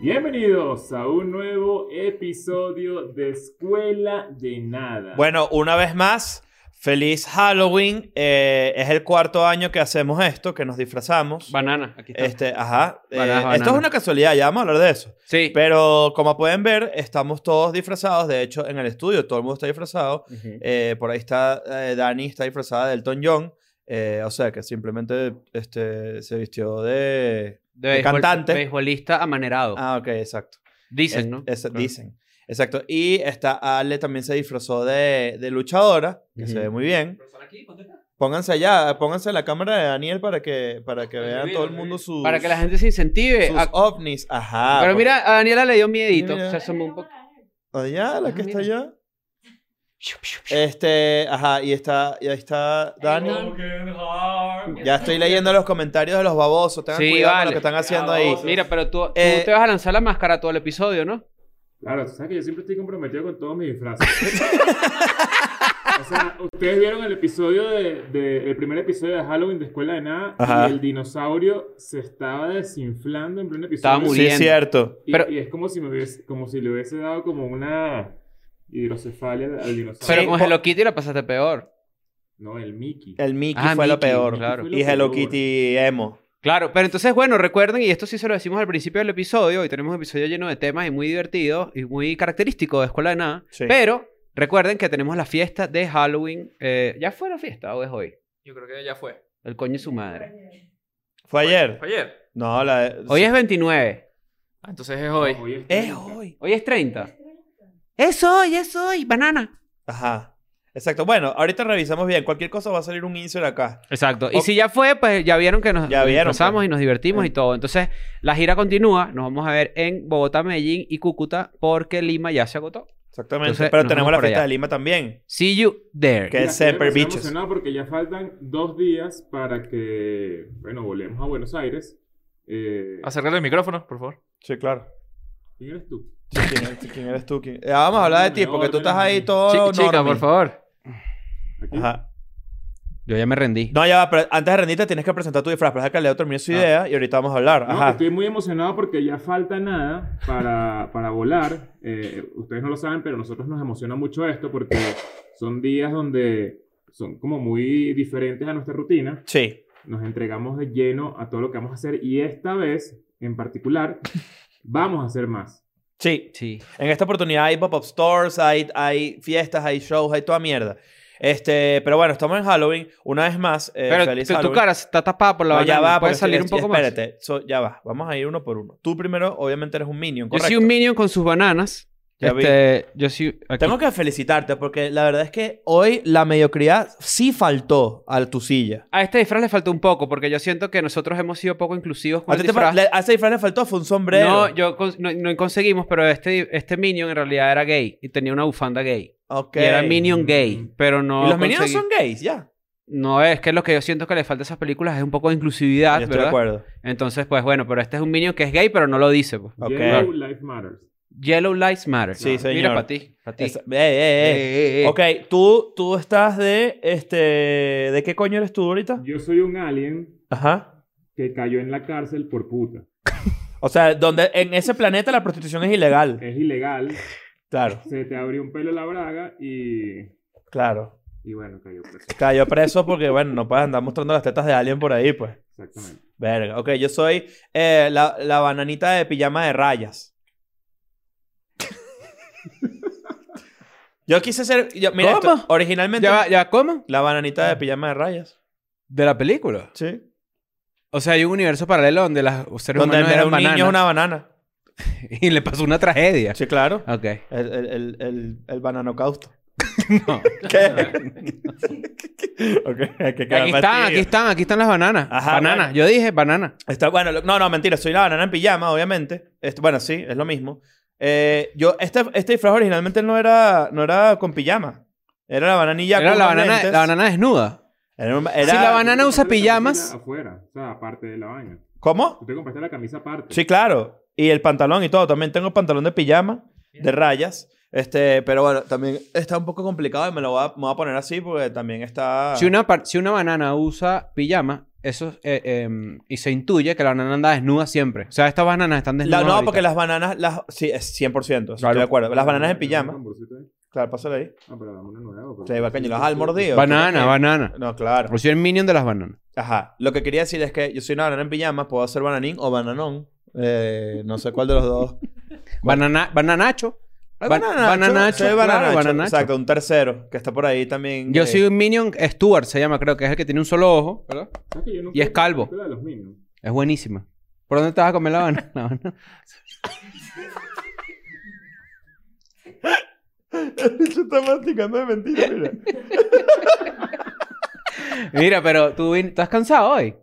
Bienvenidos a un nuevo episodio de Escuela de Nada. Bueno, una vez más, feliz Halloween. Eh, es el cuarto año que hacemos esto, que nos disfrazamos. Banana, aquí está. Este, ajá. Eh, Banana, banana. Esto es una casualidad, ya vamos a hablar de eso. sí. Pero como pueden ver, estamos todos disfrazados. De hecho, en el estudio todo el mundo está disfrazado. Eh, por ahí está eh, Dani, está disfrazada de Elton John. Eh, o sea, que simplemente este, se vistió de... de cantante. Beisbolista amanerado. Ah, ok, exacto. Dicen, Es- ¿no? es- Claro. Dicen. Exacto. Y esta Ale también se disfrazó de, de luchadora, que se Ujú. ve muy bien. Pónganse allá, pónganse la cámara de Daniel para que, para que vean todo el mundo sus, Para que la gente se incentive. sus pues. Ah, ovnis. Ajá. pero por- mira, a Daniela le dio miedito. Mira, mira. Se asomó un poco. Allá, la que Ah, está mira. allá. Este, ajá, y está, y ahí está Dani. Ya estoy leyendo los comentarios de los babosos. Tengan Sí, cuidado con lo vale. que están haciendo ahí. Mira, pero tú, tú Eh, te vas a lanzar la máscara todo el episodio, ¿no? Claro, tú sabes que yo siempre estoy comprometido con todos mis disfraces. o sea, ustedes vieron el episodio de, de- el primer episodio de Halloween de Escuela de Nada Ajá. y el dinosaurio se estaba desinflando en pleno episodio. Estaba Sí, es muriendo. cierto. Y, Pero- y es como si, me hubiese, como si le hubiese dado como una hidrocefalia al, al dinosaurio. Pero con Hello Kitty la pasaste peor. No, el Mickey. El Mickey Ah, fue lo Mickey, peor. claro. Y Hello Kitty emo. Claro, pero entonces, bueno, recuerden, y esto sí se lo decimos al principio del episodio, hoy tenemos un episodio lleno de temas y muy divertido y muy característico de Escuela de Nada, Sí. pero recuerden que tenemos la fiesta de Halloween. Eh, ¿Ya fue la fiesta o es hoy? Yo creo que ya fue. El coño de su madre. ¿Fue ayer? ¿Fue ayer? No, la de- Hoy es 29. Ah, entonces es hoy. No, hoy es Es 30. hoy. Hoy es 30. Es hoy, es hoy, banana. Ajá. Exacto. Bueno, ahorita revisamos bien. Cualquier cosa va a salir un insert acá. Exacto. Y Ok. si ya fue, pues ya vieron que nos Ya vieron, pasamos pues. y nos divertimos Eh. y todo. Entonces, la gira continúa. Nos vamos a ver en Bogotá, Medellín y Cúcuta porque Lima ya se agotó. Exactamente. Entonces, Pero nos tenemos vamos la por fiesta allá. de Lima también. See you there. Que Mira, es estoy Semper demasiado Bitches. emocionado porque ya faltan dos días para que, bueno, volvemos a Buenos Aires. Eh, Acércale el micrófono, por favor. Sí, claro. ¿Quién eres tú? ¿Quién, eres- quién eres tú? ¿Quién- Eh, vamos a hablar de ti porque tú estás ahí todo. Chi- chica, normie. por favor. ¿Aquí? Ajá. Yo ya me rendí. No, ya va, pero antes de rendirte tienes que presentar tu disfraz. Pero deja que Leo termine su idea y ahorita vamos a hablar. No, Ajá. estoy muy emocionado porque ya falta nada para, para volar. Eh, ustedes no lo saben, pero a nosotros nos emociona mucho esto porque son días donde son como muy diferentes a nuestra rutina. Sí. Nos entregamos de lleno a todo lo que vamos a hacer y esta vez, en particular, vamos a hacer más. Sí. Sí. En esta oportunidad hay pop-up stores, hay, hay fiestas, hay shows, hay toda mierda. Este, pero bueno, estamos en Halloween. Una vez más, eh, Pero feliz tu- tu Halloween. cara está tapada por la No, banana. ya va, ¿Puedes porque salir es- un poco más? espérate, so- ya va. Vamos a ir uno por uno. Tú primero, obviamente, eres un minion, Yo correcto. soy un minion con sus bananas. Ya vi. Este, yo soy... aquí. Tengo que felicitarte porque la verdad es que hoy la mediocridad sí faltó a tu silla. A este disfraz le faltó un poco porque yo siento que nosotros hemos sido poco inclusivos con A, el ti te- disfraz. le- a ese disfraz le faltó, fue un sombrero. No, yo cons- no, no conseguimos, pero este, este Minion en realidad era gay y tenía una bufanda gay. Ok. Y era Minion gay, pero Mm. Y no los minions conseguí- son gays, ya. No, es que lo que yo siento que le falta a esas películas es un poco de inclusividad, yo estoy de Ah, ¿verdad? acuerdo. Entonces, pues bueno, pero este es un Minion que es gay, pero no lo dice. pues. Ok. Yellow Life Matters. Yellow Lives Matter. Ah, Sí, señor. Mira, para ti, para ti. Esa- eh, eh, eh. Eh, eh, eh. Ok, tú, tú estás de, este, ¿de qué coño eres tú ahorita? Yo soy un alien Ajá. que cayó en la cárcel por puta. O sea, donde en ese planeta la prostitución es ilegal. Es ilegal, Claro, se te abrió un pelo la braga y, claro. y bueno, cayó preso. Cayó preso porque, bueno, no puedes andar mostrando las tetas de alguien por ahí, pues. Exactamente. Verga. Ok, yo soy eh, la, la bananita de pijama de rayas. yo quise ser. yo- mira, ¿Cómo? esto, originalmente. ¿Ya, va- ya cómo? La bananita de pijama de rayas. De la película. Ah. Sí. O sea, hay un universo paralelo donde las seres Donde humanos era eran un niño es bananas una banana. y le pasó una tragedia. Sí, claro. Ok. El, el, el, el, el bananocausto. No. ¿Qué? ok, hay que quedar Aquí están, aquí fastidio. están, aquí están las bananas. Ajá, bananas, bueno. yo dije banana. Está, bueno, lo- no, no, mentira, soy la banana en pijama, obviamente. Este, bueno, sí, es lo mismo. Eh, yo, este, este disfraz originalmente no era, no era con pijama. Era la bananilla Era con la unos banana, lentes. la banana desnuda. Era un- era- Sí, la banana usa Tú te compraste la pijamas. camisa Afuera, o sea, aparte de la baña. ¿Cómo? Tú te compraste la camisa aparte. Sí, claro. Y el pantalón y todo. También tengo pantalón de pijama, de rayas. Este, pero bueno, también está un Ah. poco complicado y me lo voy a, me voy a poner así porque también está... Si una, par- si una banana usa pijama, eso, eh, eh, y se intuye que la banana anda desnuda siempre. O sea, estas bananas están La- desnudas. no, ahorita. porque las bananas, las, sí, es 100%, estoy Claro. de acuerdo. Las bananas en Ah, pijama, por cierto, eh. claro, pásale ahí. Ah, pero dame una nueva. por Se favor. va cañón, las al mordido. Banana, banana. No, claro. Yo soy el minion de las bananas. Ajá. Lo que quería decir es que yo soy una banana en pijama, puedo hacer bananín o bananón. Eh, no sé cuál de los dos. Banana, bananacho. Ah, Ban- bananacho, soy claro, bananacho, bananacho. Exacto, un tercero que está por ahí también. Yo eh, soy un minion Stuart, se llama, creo que es el que tiene un solo ojo. ¿verdad? ¿Sabes que yo nunca Y es vi la calvo. película de los Minions? Es buenísima. ¿Por dónde te vas a comer la banana? La banana. Yo está masticando de mentira, mira. Mira, pero tú, vin- ¿tú has cansado hoy.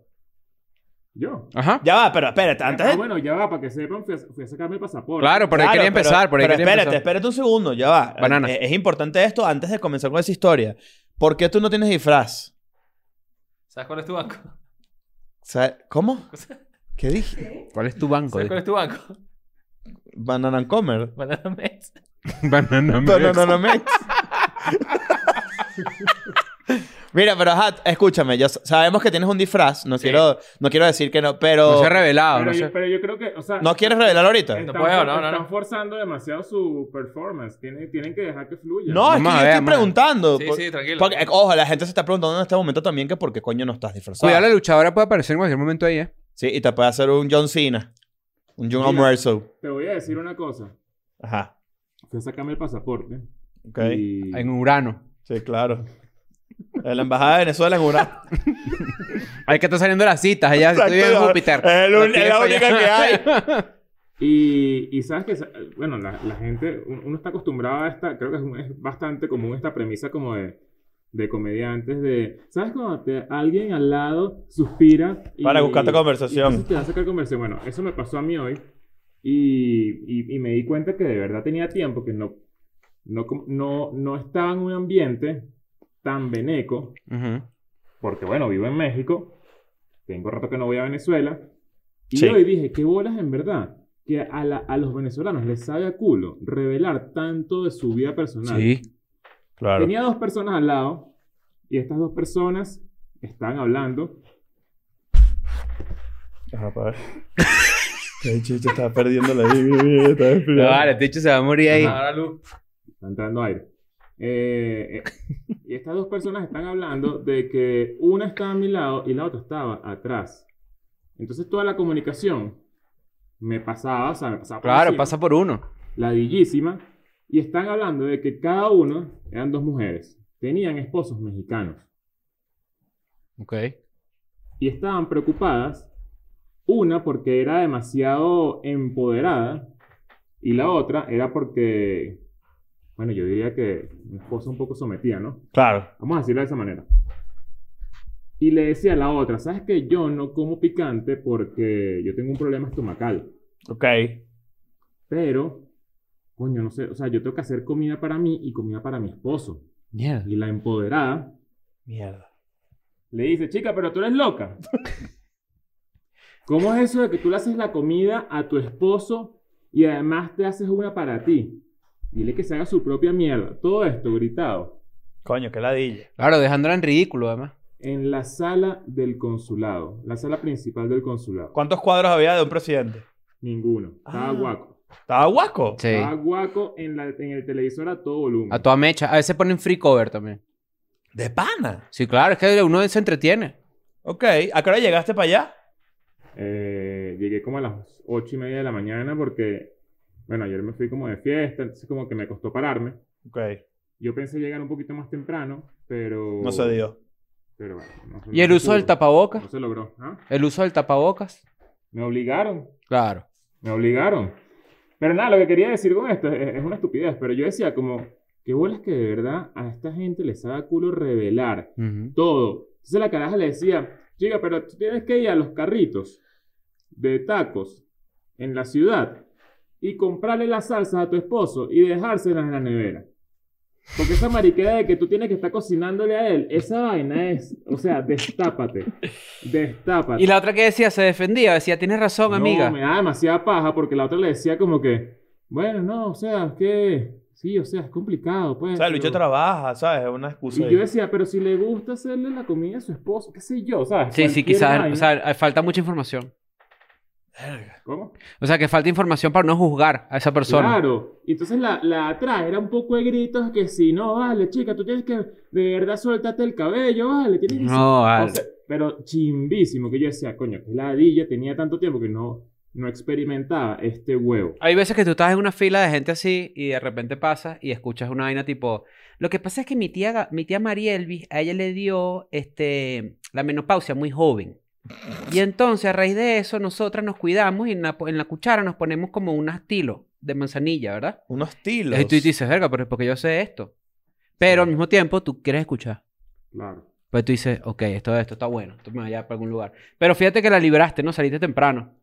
Yo. Ajá. Ya va, pero espérate, antes de... Ah, bueno, ya va, para que sepan, fui a, fui a sacarme el pasaporte. Claro, por ahí Claro, quería pero- empezar. por ahí pero quería espérate, empezar. espérate un segundo, ya va. Banana. Eh, Es, importante esto antes de comenzar con esa historia. ¿Por qué tú no tienes disfraz? ¿Sabes cuál es tu banco? O sea, ¿Cómo? ¿Qué dije? ¿Cuál es tu banco? ¿Sabes cuál es tu banco? Banana and Comer. Banana Mets. Banana Banana Mix. Mira, pero ajá, escúchame, yo s- sabemos que tienes un disfraz, no, Sí. quiero, no quiero decir que no, pero... No se ha revelado. Pero, No, yo, se- pero yo creo que, o sea... ¿No quieres revelarlo ahorita? están, No puedo, no, no, están no. forzando demasiado su performance. Tienen, tienen que dejar que fluya. No, es que Vamos a yo ver, estoy vamos a ver. preguntando. Sí, por- sí, tranquilo. porque, eh, ojo, la gente se está preguntando en este momento también que por qué coño no estás disfrazado. Cuidado, la luchadora puede aparecer en cualquier momento ahí, ¿eh? Sí, y te puede hacer un John Cena. Un John Mira. Almuerzo. Te voy a decir una cosa. Ajá. Fui a sacarme el pasaporte. Ok. Y... En Urano. Sí, claro. En la embajada de Venezuela en Urano. Hay que estar saliendo las citas. Ella Exacto, estoy en ya. Júpiter. Es la un- es la tienes única allá. que hay. Y, y sabes que, sa- bueno, la, la gente, un- uno está acostumbrado a esta, creo que es, un- es bastante común esta premisa como de, de comediantes de, ¿sabes cuando te- alguien al lado suspira? y- Para buscarte conversación. y entonces te va a sacar conversación. Bueno, eso me pasó a mí hoy y, y- y me di cuenta que de verdad tenía tiempo, que no, no, com- no, no estaba en un ambiente tan beneco, Ujú. porque bueno, vivo en México, tengo rato que no voy a Venezuela, y Sí. hoy dije, qué bolas en verdad, que a, la- a los venezolanos les sabe a culo revelar tanto de su vida personal. Sí. Claro. Tenía dos personas al lado, y estas dos personas estaban hablando. Ajá, para ver. El chiste está perdiendo la vida. está No, desfriando. vale, Ticho se va a morir ahí. Ahora luz. Está entrando aire. Eh, eh, y estas dos personas están hablando de que una estaba a mi lado y la otra estaba atrás. Entonces toda la comunicación me pasaba, o sea, me pasaba por Claro, encima. pasa por uno. ladillísima, y están hablando de que cada uno eran dos mujeres, tenían esposos mexicanos Ok. y estaban preocupadas, una porque era demasiado empoderada y la otra era porque, bueno, yo diría que mi esposa un poco sometida, ¿no? Claro. Vamos a decirlo de esa manera. Y le decía a la otra, ¿sabes que yo no como picante porque yo tengo un problema estomacal? Ok. Pero, coño, no sé, o sea, yo tengo que hacer comida para mí y comida para mi esposo. Mierda. Y la empoderada Mierda. le dice, chica, pero tú eres loca. ¿Cómo es eso de que tú le haces la comida a tu esposo y además te haces una para ti? Dile que se haga su propia mierda. Todo esto gritado Coño, qué ladilla. Claro, dejándola en ridículo, además. en la sala del consulado, la sala principal del consulado. ¿Cuántos cuadros había de un presidente? Ninguno. Estaba Ah. guaco. ¿Estaba guaco? Sí. Estaba guaco en, la- en el televisor a todo volumen. A toda mecha. A veces ponen free cover también. De pana. Sí, claro, es que uno se entretiene. Ok. ¿A qué hora llegaste para allá? Eh, llegué como a las ocho y media de la mañana porque, bueno, ayer me fui como de fiesta, entonces como que me costó pararme. Ok. Yo pensé llegar un poquito más temprano, pero... No se dio. Pero bueno, no se- Y el no se uso del pudo. tapabocas. No se logró. ¿ah? El uso del tapabocas. Me obligaron, Claro. me obligaron. Pero nada, lo que quería decir con esto es, es una estupidez, pero yo decía como, qué bolas que de verdad a esta gente les da culo revelar todo. Entonces la caraja le decía, chica, pero tú tienes que ir a los carritos de tacos en la ciudad y comprarle las salsas a tu esposo y dejárselas en la nevera. Porque esa mariquera de que tú tienes que estar cocinándole a él, esa vaina es, o sea, destápate, destápate. Y la otra que decía, se defendía. Decía, tienes razón, No, amiga. me da demasiada paja porque la otra le decía como que, bueno, no, o sea, es que Sí, o sea, es complicado, pues. O sea, el bicho pero- trabaja, ¿sabes? Es una excusa. Y ahí. yo decía, pero si le gusta hacerle la comida a su esposo, qué sé yo, ¿sabes? Sí, sí, Cualquier quizás. vaina. O sea, falta mucha información. Verga. ¿Cómo? O sea, que falta información para no juzgar a esa persona. Claro. Y entonces la, la atrás era un poco de gritos que si no, vale, chica, tú tienes que de verdad suéltate el cabello, vale, tienes que... No, O vale. sea, pero chimbísimo, que yo decía, coño, que ladilla, tenía tanto tiempo que no, no experimentaba este huevo. Hay veces que tú estás en una fila de gente así y de repente pasas y escuchas una vaina tipo, lo que pasa es que mi tía, Ga- mi tía María Elvis, a ella le dio este, la menopausia muy joven. Y entonces a raíz de eso nosotras nos cuidamos y en la, en la cuchara nos ponemos como unas tilos de manzanilla, ¿verdad? Unos tilos. Y tú dices, verga, pero es porque yo sé esto. Pero al mismo tiempo tú quieres escuchar. Claro. Pero Pues tú dices, ok, esto, esto está bueno, esto me va a llevar para algún lugar. Pero fíjate que la libraste, ¿no? Saliste temprano.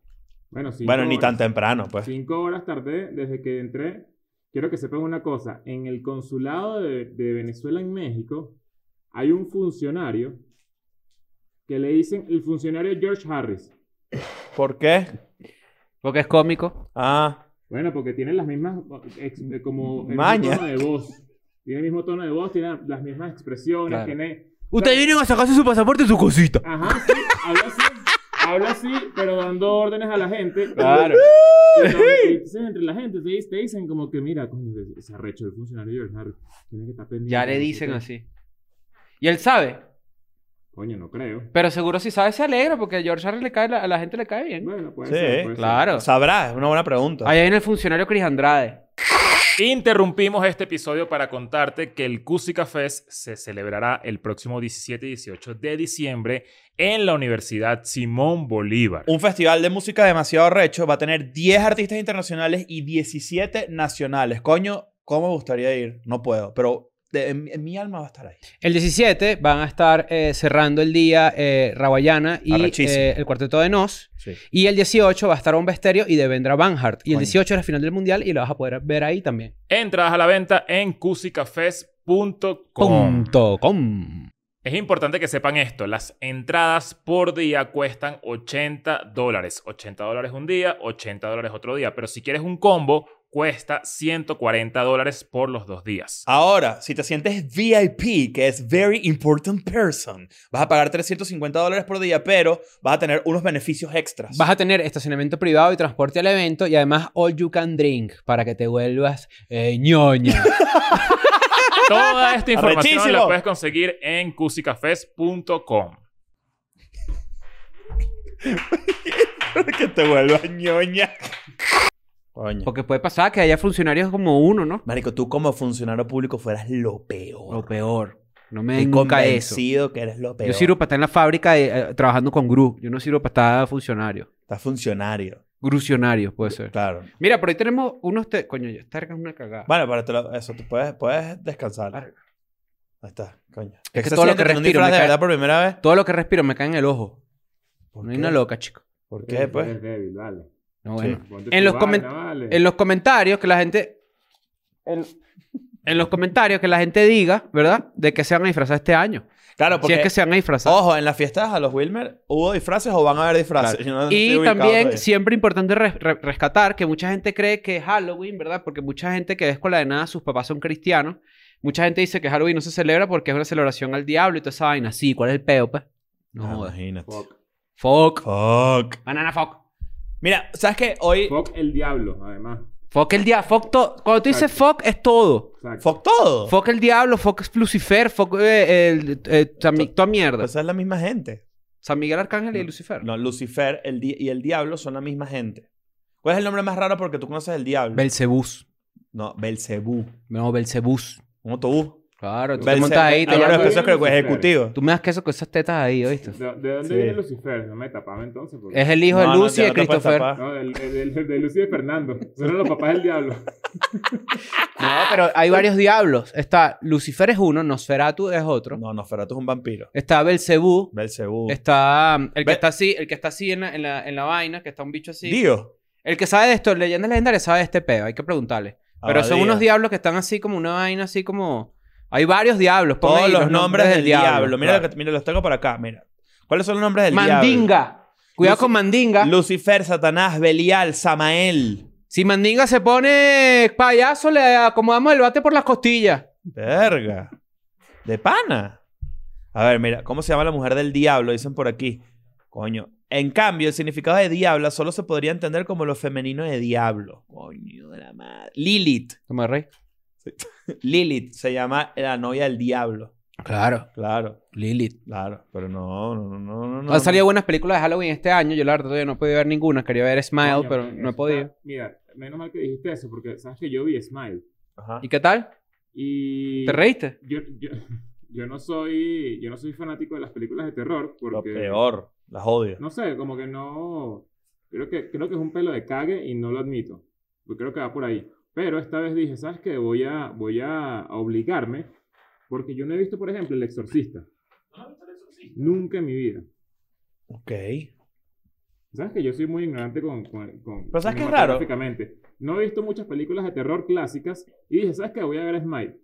Bueno, sí. Bueno, ni tan temprano, pues. Cinco horas tardé desde que entré. Quiero que sepan una cosa. En el consulado de, de Venezuela en México hay un funcionario que le dicen el funcionario George Harris. ¿Por qué? Porque es cómico. Ah, Bueno, porque tiene las mismas ex- eh, como el mismo Maña. tono de voz. Tiene el mismo tono de voz, tiene las mismas expresiones, Claro. tiene... Usted viene a sacarse su pasaporte y su cosita. Ajá, sí, habla así, habla así, pero dando órdenes a la gente. claro. Y lo- y Entonces, entre la gente te, dice- te dicen como que, mira, coño, se- se arrecho el funcionario George Harris. Tiene que estar pendiente. Ya le no sé dicen qué. así. Y él sabe. Coño, no creo. Pero seguro si sabe se alegra porque a George Harris le cae, la- a la gente le cae bien. Bueno, puede Sí, ser, puede ser. Claro. Sabrás, es una buena pregunta. Ahí viene el funcionario Cris Andrade. Interrumpimos este episodio para contarte que el Cusica Fest se celebrará el próximo 17 y 18 de diciembre en la Universidad Simón Bolívar. Un festival de música demasiado recho. Va a tener 10 artistas internacionales y 17 nacionales. Coño, ¿cómo me gustaría ir? No puedo, pero de- en, en mi alma va a estar ahí. El 17 van a estar eh, cerrando el día eh, Rawayana y Arrechísimo. eh, el Cuarteto de Nos. Sí. Y el 18 va a estar Bomba Estéreo y Devendra Banhart. Y Coño. el 18 es la final del mundial y lo vas a poder ver ahí también. Entradas a la venta en cusicafest.com. Punto com. Es importante que sepan esto, las entradas por día cuestan 80 dólares. 80 dólares un día, 80 dólares otro día, pero si quieres un combo, cuesta 140 dólares por los dos Ah, días. Ahora, si te sientes VIP, que es Very Important Person, vas a pagar 350 dólares por día, pero vas a tener unos beneficios extras. Vas a tener estacionamiento privado y transporte al evento y además all you can drink para que te vuelvas eh, ñoña. Toda esta información Arrechísimo. la puedes conseguir en cusicafest.com. que te vuelvas ñoña. Coño. Porque puede pasar que haya funcionarios como uno, ¿no? Marico, tú como funcionario público fueras lo peor. Lo peor. No me Estoy den nunca eso. convencido que eres lo peor. Yo sirvo para estar en la fábrica eh, eh, trabajando con Gru. Yo no sirvo para estar funcionario. Estás funcionario. Grucionario puede ser. Claro. Mira, por ahí tenemos unos... te- Coño, ya esta verga es una cagada. Bueno, pero te lo- eso, tú puedes, puedes descansar. Claro. Ahí está, coño. Es ¿Qué que se todo lo siente que tener un respiro disfraz me de cae- verdad por primera vez? Todo lo que respiro me cae en el ojo. ¿Por No hay qué? una loca, chico. ¿Por Eres qué, pues? débil, vale. No, Sí. bueno. Ponte En tu los comen- vaina, vale. En los comentarios que la gente... En... en los comentarios que la gente diga, ¿verdad? De qué se van a disfrazar este año. Claro, Si porque... Oh, es que se van a disfrazar. Ojo, en las fiestas a los Wilmer, ¿hubo disfraces o van a haber disfraces? Yo no- no estoy Y ubicado también todavía. siempre importante res- re- rescatar que mucha gente cree que es Halloween, ¿verdad? Porque mucha gente que es escuela de nada, sus papás son cristianos. Mucha gente dice que Halloween no se celebra porque es una celebración al diablo y toda esa vaina. Sí, ¿cuál es el peo, pues? No, No, jodas. imagínate. Fuck, fuck. Ah, Fuck. Banana fuck. Mira, ¿sabes qué? Hoy... fuck el diablo, además. Fuck el diablo. Fuck todo. Cuando tú dices fuck, es todo. Exacto. Fuck todo. Fuck el diablo, fuck Lucifer, fuck eh, el- eh, San Mi- toda mierda. Pues esa es la misma gente. San Miguel Arcángel y No. Lucifer. No, Lucifer el di- y el diablo son la misma gente. ¿Cuál es el nombre más raro porque tú conoces el diablo? Belcebús. no, Belcebú. No, Belcebús. Un autobús. Claro, tú te Belce- montas ahí, te Álvaro llamas- de llamas- Jesús, Ah, creo que es Lucifer. ejecutivo. Tú me das queso con esas tetas ahí, ¿oíste? ¿De, de dónde Sí. viene Lucifer? No me tapaba entonces. Porque... Es el hijo No, de no, Lucy ya y de no te puedes Christopher. tapar. No, del, del, del- de Lucy y de Fernando. Son los papás del diablo. No, pero hay varios diablos. Está Lucifer es uno, Nosferatu es otro. No, Nosferatu es un vampiro. Está Belcebú. Belcebú. Está um, el que Ve- está así, el que está así en la, en la- en la vaina, que está un bicho así. Dio. El que sabe de esto, leyendas legendarias, sabe de este peo, hay que preguntarle. Pero son Abadía. unos diablos que están así como una vaina, así como. Hay varios diablos. pon Todos ahí los, nombres del diablo. Mira, claro. lo que- mira, los tengo por acá. Mira. ¿Cuáles son los nombres del diablo? Mandinga. Cuidado Luci- con Mandinga. Lucifer, Satanás, Belial, Samael. Si Mandinga se pone payaso, le acomodamos el bate por las costillas. Verga. De pana. A ver, mira, ¿cómo se llama la mujer del diablo? Dicen por aquí. Coño. En cambio, el significado de diabla solo se podría entender como lo femenino de diablo. Coño de la madre. Lilith. Toma rey. Lilith se llama la novia del diablo. Claro, Claro, Lilith. claro. Pero no, no, no, no, no, no. Han salido buenas películas de Halloween este año. Yo la verdad todavía no he podido ver ninguna. Quería ver Smile, Coño, pero marico, no he está- podido. Mira, menos mal que dijiste eso, porque sabes que yo vi Smile. Ajá. ¿Y qué tal? Y. ¿Te reíste? Yo, yo, yo no soy. Yo no soy fanático de las películas de terror. Porque, Lo peor. Las odio. No sé, como que no. Creo que, creo que es un pelo de cague y no lo admito. Yo creo que va por ahí. Pero esta vez dije, ¿sabes qué? Voy a, voy a a obligarme. Porque yo no he visto, por ejemplo, El Exorcista. Nunca en mi vida. Ok. ¿Sabes que yo soy muy ignorante con... con, con Pero ¿sabes qué es raro? cinematográficamente. No he visto muchas películas de terror clásicas y dije, ¿sabes qué? Voy a ver Smile.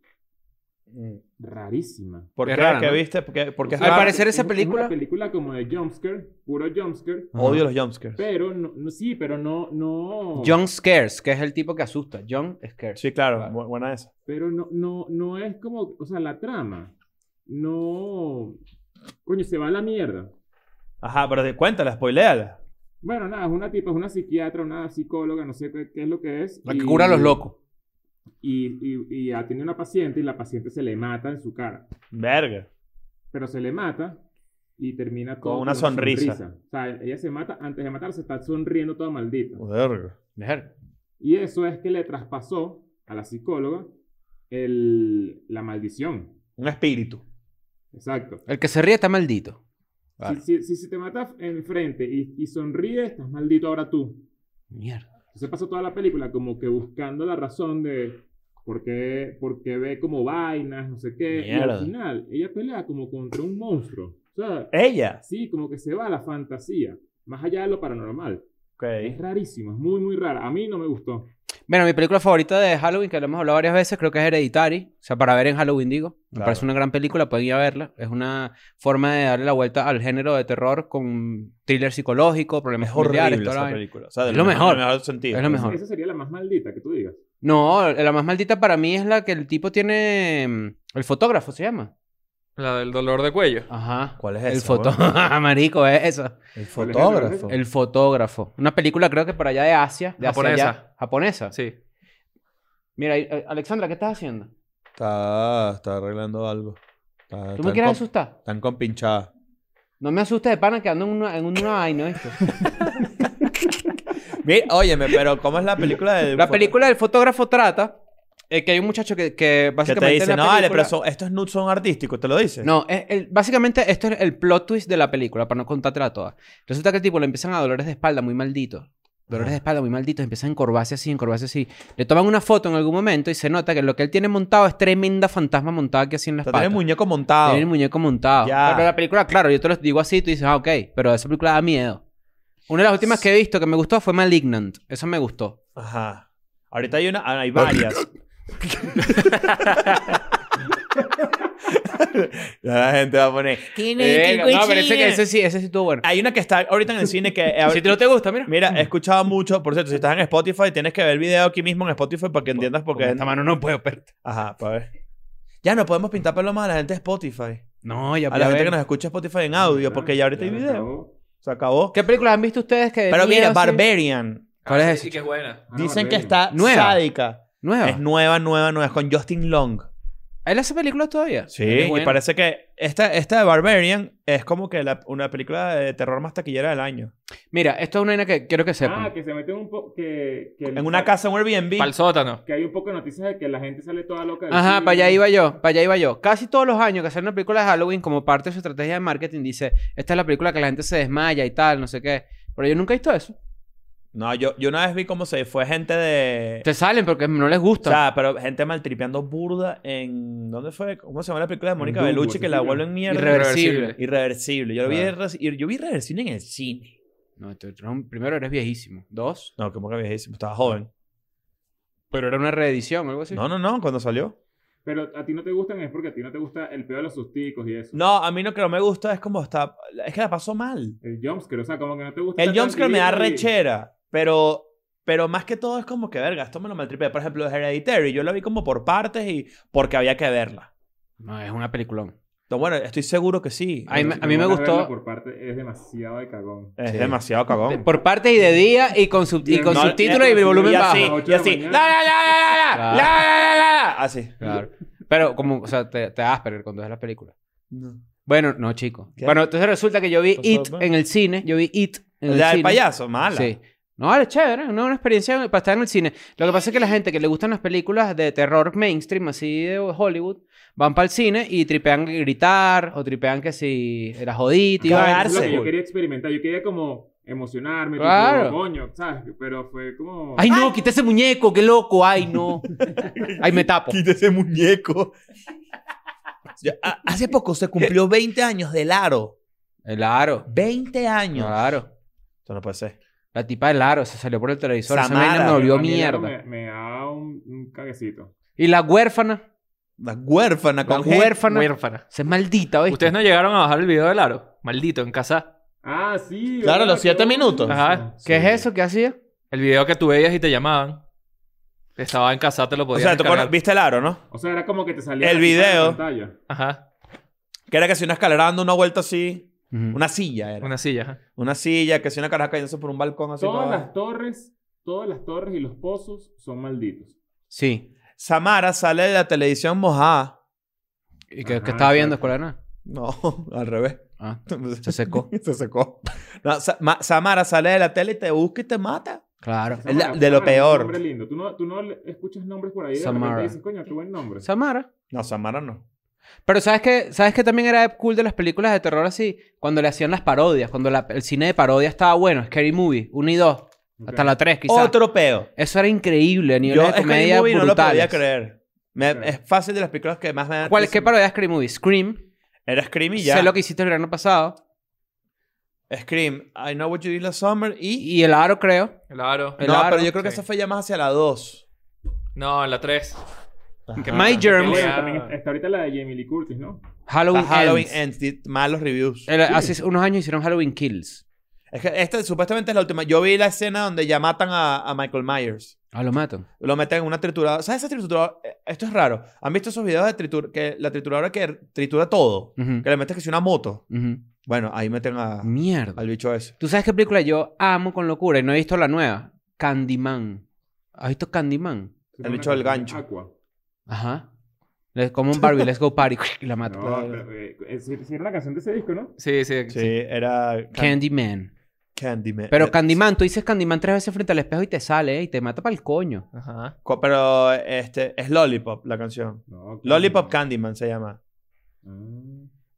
Mm. Rarísima. ¿Por Es qué? rara, ¿Qué Ah, ¿no? viste? Porque, porque es O sea, Al raro. parecer esa es- Es película- una película como de jumpscare, puro jumpscare. Odio los jumpscares. Pero, no, no- sí, pero no, no... John Scares, que es el tipo que asusta. John Scares. Sí, claro. Claro. bu- Buena esa. Pero no, no, no es como... O sea, la trama. No... Coño, se va a la mierda. Ajá, pero de- cuéntala, spoileala. Bueno, nada, es una tipa, es una psiquiatra, una psicóloga, no sé qué, qué es lo que es. La que y- cura a los locos. Y, y, y atiende a una paciente y la paciente se le mata en su cara. Verga. pero se le mata y termina todo Con una sonrisa. O sea, ella se mata, antes de matarse está sonriendo toda maldita. Verga. Mujer. Y eso es que le traspasó a la psicóloga el, la maldición. Un espíritu. Exacto. El que se ríe está maldito. Claro. Si, si, si se te mata enfrente y, y sonríe, estás maldito ahora tú. Mierda. Se pasa toda la película como que buscando la razón de por qué, por qué ve como vainas, no sé qué. Y Mierda. Eh. al final, ella pelea como contra un monstruo. O sea, Ella. sí, como que se va a la fantasía, más allá de lo paranormal. Ok. Es rarísimo, es muy, muy rara. A mí no me gustó. Bueno, mi película favorita de Halloween, que lo hemos hablado varias veces, creo que es Hereditary. O sea, para ver en Halloween, digo. Me Claro. parece una gran película, pueden ir a verla. Es una forma de darle la vuelta al género de terror con thriller psicológico, problemas Es horrible familiares, toda la esa vaina. película. O sea, de Es lo mejor. de mejor sentido. Es lo mejor. Esa sería la más maldita que tú digas. No, la más maldita para mí es la que el tipo tiene... mm, El fotógrafo se llama. La del dolor de cuello. Ajá. ¿Cuál es El esa, fotógrafo. Marico, es eso. El ¿Cuál es el nombre? fotógrafo. El fotógrafo. Una película creo que por allá de Asia. De Asia Japonesa. allá. Japonesa. Sí. Mira, ahí, eh, Alexandra, ¿qué estás haciendo? Está, está arreglando algo. Está, ¿Tú están me quieres con- asustar? Están compinchadas. No me asustes de pana que ando en una, en una vaina, ¿viste? Mira, óyeme, pero ¿cómo es la película de La película del fotógrafo trata eh, que hay un muchacho que, que que te básicamente. dice, en la no, vale, pero película- son, estos nudes son artísticos, te lo dice. No, es el- básicamente esto es el plot twist de la película, para no contártela toda. Resulta que el tipo le empiezan a dolores de espalda muy malditos. Dolores de espalda muy malditos, empiezan a encorvarse así, encorvarse así. Le toman una foto en algún momento y se nota que lo que él tiene montado es tremenda fantasma montada que así en O las sea, patas. tiene el muñeco montado. Tiene el muñeco montado. Ya. Pero la película, claro, yo te lo digo así, tú dices, ah, ok, pero esa película da miedo. Una de las últimas que he visto que me gustó fue Malignant. Esa me gustó. Ajá. Ahorita hay una, ah, hay varias. Ya la gente va a poner. Verga, no, pero ese, que- ese sí, ese sí estuvo bueno. Hay una que está ahorita en el cine que. eh, Si te no te gusta, mira. Mira, he escuchado mucho. Por cierto, si estás en Spotify, tienes que ver el video aquí mismo en Spotify para que entiendas por Porque qué. esta mano no puedo perder. Ajá, para ver. Ya no podemos pintar palomas a la gente de Spotify. No, ya A la ya gente ver. que nos escucha Spotify en Ah, audio, porque ya ahorita hay se video. acabó. Se acabó. ¿Qué películas han visto ustedes que de Pero mira, miedo, sí? Barbarian. ¿Cuál es Sí, esa? que es buena. Ah, no, Dicen que Barbarian. está Nueva. sádica. ¿Nueva? Es nueva, nueva, nueva. Es con Justin Long. ¿Él hace películas todavía? Sí, Es y buena. parece que esta, esta de Barbarian es como que la- una película de terror más taquillera del año. Mira, esto es una vaina que quiero que sepan. Ah, que se meten un poco... Que, que- En una casa, en un Airbnb. Para el sótano. Que hay un poco de noticias de que la gente sale toda loca. del Ajá, cine. para allá iba yo, para allá iba yo. Casi todos los años que hacen una película de Halloween como parte de su estrategia de marketing dice, esta es la película que la gente se desmaya y tal, no sé qué. Pero yo nunca he visto eso. No, yo, yo una vez vi cómo se fue gente de... Te salen porque no les O gusta. sea, pero gente maltripeando burda en... ¿Dónde fue? ¿Cómo se llama la película de Mónica Dumbo, Bellucci que la asesina. vuelven mierda? Irreversible. Irreversible. Yo, lo vi Claro. irre- ir- yo vi Irreversible en el cine. No, tú- tú no- primero eres viejísimo. Dos, No, como que viejísimo. Estaba joven. pero era una reedición o algo así. No, no, no. Cuando salió. Pero a ti no te gustan es porque a ti no te gusta el peor de los susticos y eso. No, a mí no que no me gusta es como está... Es que la pasó mal. El jumpscare, o sea, como que no te gusta... El estar jumpscare me da tranquilito y- rechera, pero Pero más que todo es como que, verga, esto me lo maltripé. Por ejemplo, Hereditary, yo la vi como por partes y porque había que verla. No, es una peliculón. Entonces, bueno, estoy seguro que sí. A mí, me- Si a mí me van verla gustó Por parte, es demasiado de cagón. Es Sí. demasiado cagón. por parte y de día y con, sub- y Bien. con No, subtítulos eh, y volumen y bajo. así, A las ocho Y de así, la la, la, la, la, mañana. la, la, Claro. la, la, la, así. Claro. Pero como, o sea, te, te asperger cuando ves la película. Bueno, no, chico. ¿Qué? Bueno, entonces resulta que yo vi Pasó, It pues. en el cine. Yo vi It en el La del cine. payaso, mala. Sí. No, vale, chévere, no es una experiencia para estar en el cine. Lo que pasa es que la gente que le gustan las películas de terror mainstream, así de Hollywood, van para el cine y tripean gritar o tripean que si era jodita. y vaina. Es lo Cagarse. que yo quería experimentar. Yo quería como emocionarme. Claro. Tipo, coño, ¿sabes? Pero fue como... Ay, no, quita ese muñeco, qué loco, ay, no. Ay, me tapo. Quita ese muñeco. Yo- a- hace poco se cumplió 20 años del aro. El aro. 20 años. Claro. Esto Ah. no puede ser. La tipa del aro se salió por el televisor. Samara. Esa vaina me Pero volvió a mí el mierda. aro Me, me da un, un caguecito. Y la huérfana. La huérfana La con G. huérfana. Huérfana. Se es maldita, ¿oíste? Ustedes no llegaron a bajar el video del aro. Maldito, en casa. Ah, sí. Claro, ¿verdad? los siete Qué bueno. minutos. Ajá. Sí. ¿Qué es eso? ¿Qué hacía? El video que tú veías y te llamaban. Estaba en casa, te lo O podías sea, tú descargar. cono- viste el aro, ¿no? O sea, era como que te salía... El la tipa en video. pantalla. Ajá. Que era que si una escalera dando una vuelta así. Una- Una silla era. Una, Una silla. ajá. silla, que si una caraja cayéndose por un balcón así. Todas para las abajo. torres, todas las torres y los pozos son malditos. Sí. Samara sale de la televisión mojada. ¿Y que, Ajá, que estaba viendo exacto. Escuela de Nada? No, al revés. Ah, se secó. Se secó. No, Sa- Ma- Samara sale de la tele y te busca y te mata. Claro. Es la- Samara, de lo Samara, peor. un nombre lindo. Tú no, tú no le- escuchas nombres por ahí. De Samara. repente dices, coño, qué buen nombre. Samara. No, Samara no. Pero ¿sabes qué? ¿Sabes qué también era cool de las películas de terror así? Cuando le hacían las parodias. Cuando la- el cine de parodia estaba bueno. Scary Movie. 1 y 2. Ok. Hasta la 3 quizás. Otro peo. Eso era increíble. A nivel Yo de Scary comedia Movie no lo podía brutales. creer. Me- Ok. Es fácil de las películas que más me dan. ¿Cuál, ¿Qué parodia de Scary Movie? Scream. Era Scream y ya. Sé lo que hiciste el verano pasado. Scream, I Know What You Did Last Summer y... Y El Aro, creo. El aro. El no, aro, pero yo creo que sí. esa fue ya más hacia la 2. No, en la 3. Ajá. My Qué bueno, Germs. Ah. también está- está ahorita la de Jamie Lee Curtis, ¿no? La Halloween, Halloween Ends. Ends. did malos reviews. El- Hace unos años hicieron Halloween Kills. Es que esta supuestamente es la última. Yo vi la escena donde ya matan a, a Michael Myers. Ah, lo matan. Lo meten en una trituradora. ¿Sabes esa trituradora? Eh, Esto es raro. ¿Han visto esos videos de tritur que la trituradora que tritura todo? Ujú, Que le metes que si una moto. ujú. Bueno, ahí meten a- Mierda. Ah. al bicho ese. ¿Tú sabes qué película yo amo con locura y no he visto la nueva? Candyman. ¿Has visto Candyman? Sí, El una bicho del canción de gancho. Aqua. Ajá. Le- Como un Barbie, let's go party. Y la mato. No, pero, eh, eh, sí, sí era una canción de ese disco, ¿no? Sí, sí. Sí, era... Can- Candyman. Candyman. Pero Eh, Candyman, tú dices Candyman tres veces frente al espejo y te sale, ¿eh? Y te mata para el coño. Ajá. co- Pero este, es Lollipop la canción. No, Lollipop claro. Candyman se llama.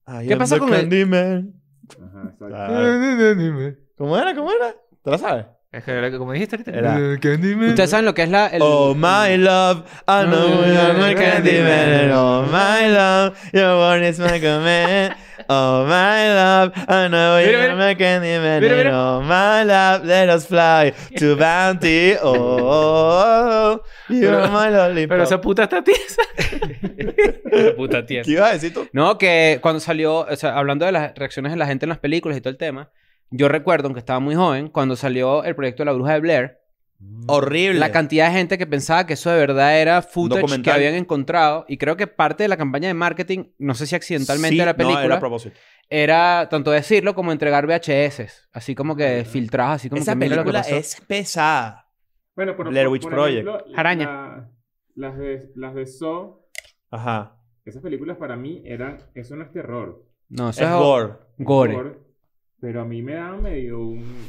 Ah, Mm. ¿Qué pasa con el- Candyman? Ajá, exacto. Claro. ¿Cómo era? ¿Cómo era? ¿Te lo sabes? Es que era que como dijiste ahorita. Era- Eh, Candyman. Ustedes saben lo que es la. el- Mm. oh my love, I know you're my Candyman. Oh my love, your word is my command. Oh my love, I know Mira, you're mira. my Candyman. Mira, And mira. Oh my love, let us fly to bounty. Oh, oh, oh, you're Pero- my lollipop. Pero esa puta está tiesa. esa puta tiesa. ¿Qué ibas a decir tú? No, que cuando salió, o sea, hablando de las reacciones de la gente en las películas y todo el tema, yo recuerdo, aunque estaba muy joven, cuando salió el proyecto de la bruja de Blair, Horrible. La cantidad de gente que pensaba que eso de verdad era footage que documental. habían encontrado. Y creo que parte de la campaña de marketing, no sé si accidentalmente Sí, de la película, No, era a era, propósito. tanto decirlo como entregar VHS. Así como que Ajá. filtrados, así como Esa que mira lo que película pasó. es pesada. Bueno, por, Blair por- Witch por Project. ejemplo, Araña. la- las, de, las de Saw, Ajá. esas películas para mí eran... Eso no es terror. No, Es eso es gore. gore. Horror, pero a mí me da medio un...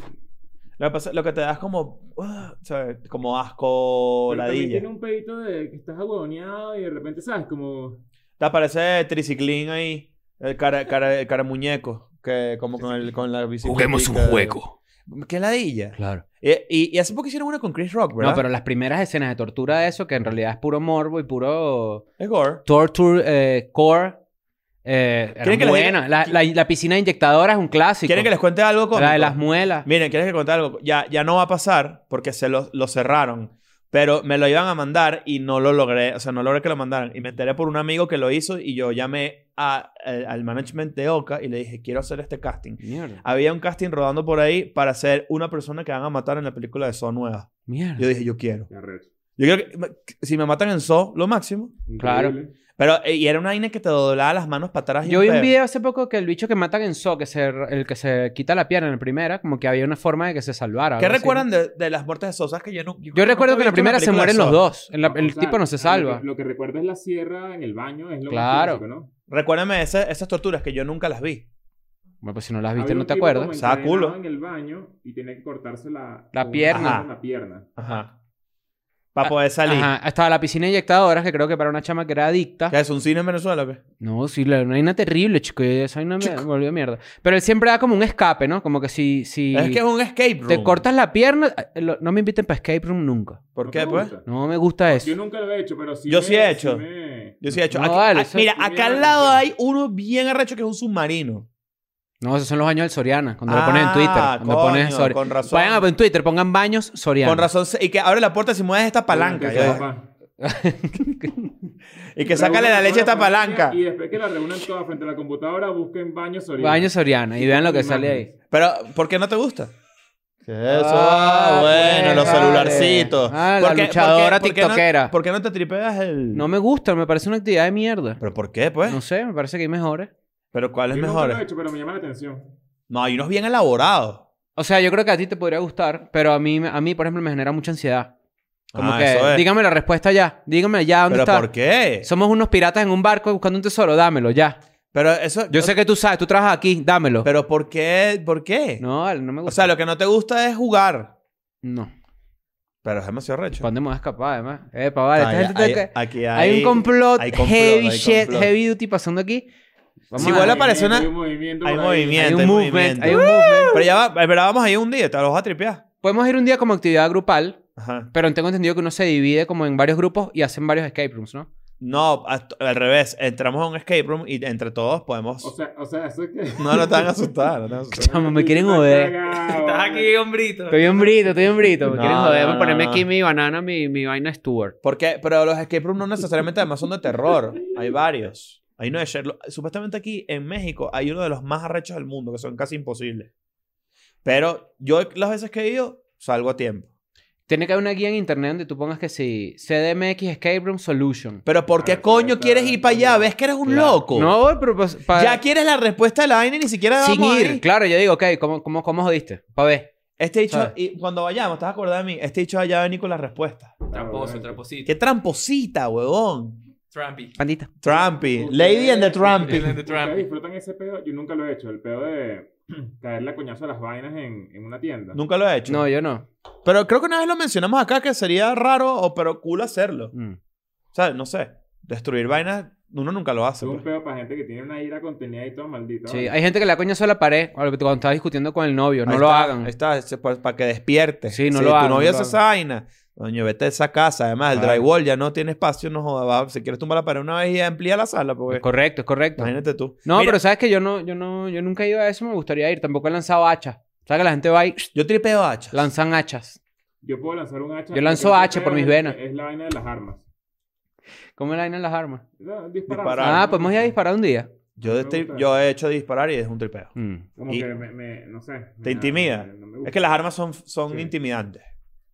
Lo que, pasa- lo que te das como, ah, ¿sabes? como asco, Pero también ladilla. tiene un pedito de que estás aguadoneado y de repente, ¿sabes? Como... Te aparece Triciclín ahí, el cara, cara, el cara muñeco, que como con, el, con la bicicleta. ¿Qué ladilla? Claro. Y, y, y hace poco hicieron una con Chris Rock, ¿verdad? No, pero las primeras escenas de tortura de eso, que en realidad es puro morbo y puro Es gore. torture eh, core, eh, eran ¿Quieren que les diga- buenas. La, la- la piscina inyectadora es un clásico. ¿Quieren que les cuente algo? Cómico? La de las muelas. Miren, ¿quieres que contar algo? Ya, ya no va a pasar porque se lo, lo cerraron. Pero me lo iban a mandar y no lo logré, o sea, no logré que lo mandaran. Y me enteré por un amigo que lo hizo y yo llamé a- al- al management de Oca y le dije, quiero hacer este casting. Mierda. Había un casting rodando por ahí para ser una persona que van a matar en la película de Saw nueva. Mierda. Yo dije, yo quiero. Qué arrecho. Yo quiero que, que si me matan en Saw, lo máximo. Increíble. Claro. Pero, eh, y era una vaina que te doblaba las manos para atrás. y Yo vi un pedo. video hace poco que el bicho que matan en So, que se, el que se quita la pierna en la primera, como que había una forma de que se salvara. ¿Qué algo así, recuerdan de, de las muertes de Saw? ¿Sabes que yo no... ¿no? Yo recuerdo que en la primera se mueren los dos. En la- No, o el sea, tipo no se lo que- salva. Lo que, recuerda es la sierra en el baño, es lo Claro. más clásico, ¿no? Recuérdame ese- esas torturas que yo nunca las vi. Bueno, pues si no las viste, Había no un te tipo acuerdas. como O sea, culo. encadenado en el baño y tenía que cortarse la, La con una pierna. lanza en la pierna. Ajá. Para poder salir. Ah, Ajá, estaba la piscina de inyectadoras, que creo que para una chama que era adicta. ¿Qué es un cine en Venezuela pues. o qué? No, sí, la, una vaina terrible, chico. Esa vaina me me volvió mierda. Pero él siempre da como un escape, ¿no? Como que si, si Es que es un escape room. te cortas la pierna, eh, lo- no me inviten para escape room nunca. ¿Por ¿No qué, te pues? gusta? No me gusta eso. Yo nunca lo he hecho, pero sí. Yo me- sí he hecho. me- Yo sí he hecho. No, Aquí- vale, a- eso- mira, mira, acá al mira. lado hay uno bien arrecho que es un submarino. No, esos son los baños del Soriana, cuando lo pones en Twitter. Ah, Cuando coño, pones Soriana. con razón. Vayan a- en Twitter, pongan baños Soriana. Con razón. se- Y que abre la puerta si mueves esta palanca. Durante ya. esa- pa- Y que sácale la reúnan leche a toda esta palanca. Y después que la reúnan toda frente a la computadora, busquen baño Soriana. Baños Soriana. Y vean lo que sale ahí. Pero, ¿por qué no te gusta? Eso, Ah, bueno, pues, los vale. celularcitos. Ah, la luchadora tiktokera. No, ¿Por qué no te tripeas el...? No me gusta, me parece una actividad de mierda. ¿Pero por qué, pues? No sé, me parece que hay mejores. ¿Pero cuáles Yo nunca lo he mejores? hecho, pero me llama la atención. No, hay unos bien elaborados. O sea, yo creo que a ti te podría gustar, pero a mí, a mí por ejemplo, me genera mucha ansiedad. Como Ah, que, eso es. dígame la respuesta ya. Dígame ya dónde ¿Pero está. por qué? Somos unos piratas en un barco buscando un tesoro, dámelo ya. Pero eso... Yo sé que tú sabes, tú trabajas aquí, dámelo. ¿Pero por qué? ¿Por qué? no, vale, no me O gusta. sea, lo que no te gusta es jugar. no. Pero es demasiado recho. ¿Para dónde me voy a escapar, además? Epa, vale. esta Ah, ya, gente hay- está- aquí hay, un complot, hay complot, heavy hay shit, complot. heavy duty pasando aquí. Si vuelve a aparecer una- Hay un movimiento. Hay por ahí. movimiento. hay un hay movement, movimiento. hay un movement. Pero ya va... Pero vamos a ir un día. Te los vas a tripear. Podemos ir un día como actividad grupal, Ajá. pero tengo entendido que uno se divide como en varios grupos y hacen varios escape rooms, ¿no? No, a- al revés. Entramos a un escape room y entre todos podemos... O sea, o sea, eso es que. No, no te van a asustar. No te van a asustar. Chamo, me quieren joder. Estás hombrito. Estoy hombrito, estoy hombrito. Me No, quieren joder. no, Voy a ponerme no, aquí mi banana, mi, mi vaina Stuart. Porque, pero los escape rooms no necesariamente además son de terror. Hay varios. Hay uno de Sherlock. Supuestamente aquí en México hay uno de los más arrechos del mundo, que son casi imposibles. Pero yo las veces que he ido, salgo a tiempo. Tiene que haber una guía en internet donde tú pongas que sí. CDMX Escape Room Solution. Pero ¿por qué Ah, coño claro, quieres claro, ir para allá? claro. eh. ¿Ves que eres un Claro. loco? No, voy, pero pues, para... Ya quieres la respuesta de la vaina y ni siquiera sin vamos ir. ahí. Claro, yo digo, ok, ¿cómo, cómo, cómo jodiste? Pa' ver. Este dicho, ¿Sabes? y cuando vayamos, ¿estás acordado de mí? Este dicho allá va a venir con la respuesta. Tramposo, ¡Qué tramposito. tramposita, huevón! Trumpy. Pandita. Trumpy. Lady and the Trumpy. El de Ustedes Trumpy. disfrutan ese pedo. Yo nunca lo he hecho. El pedo de caerle a coñazo a las vainas en, en una tienda. Nunca lo he hecho. No, yo no. Pero creo que una vez lo mencionamos acá que sería raro o pero cool hacerlo. Mm. O sea, no sé. Destruir vainas, uno nunca lo hace. Es un pues. pedo para gente que tiene una ira contenida y todo maldita. Sí, ¿vale? hay gente que la coña a la pared cuando estaba discutiendo con el novio. No Ahí lo está, hagan. ahí Está, ese- pa- para, que despierte. Sí, no Si lo hagan, tu no novia lo hace esa vaina. Coño, vete de esa casa. Además, el Claro. drywall ya no tiene espacio, no jodas. Va, Si quieres tumbar la pared una vez y amplía la sala, Es porque correcto, es correcto. pues. imagínate tú. No, Mira, pero sabes que yo no, yo no, yo nunca he ido a eso, me gustaría ir. Tampoco he lanzado hachas. ¿Sabes que la gente va y Yo tripeo hachas. lanzan hachas? Yo puedo lanzar un hacha. Yo lanzo Lo que no hacha por creo mis es- venas. Es la vaina de las armas. ¿Cómo es la vaina en las armas? No, Disparar. Disparar. ¿sabes? Ah, podemos ir a disparar un día. Yo, me tri- gusta. yo he hecho disparar y es un tripeo. Como Y- que me, me- no sé. me ¿Te da- intimida? no me gusta. Es que las armas son, son Sí. intimidantes.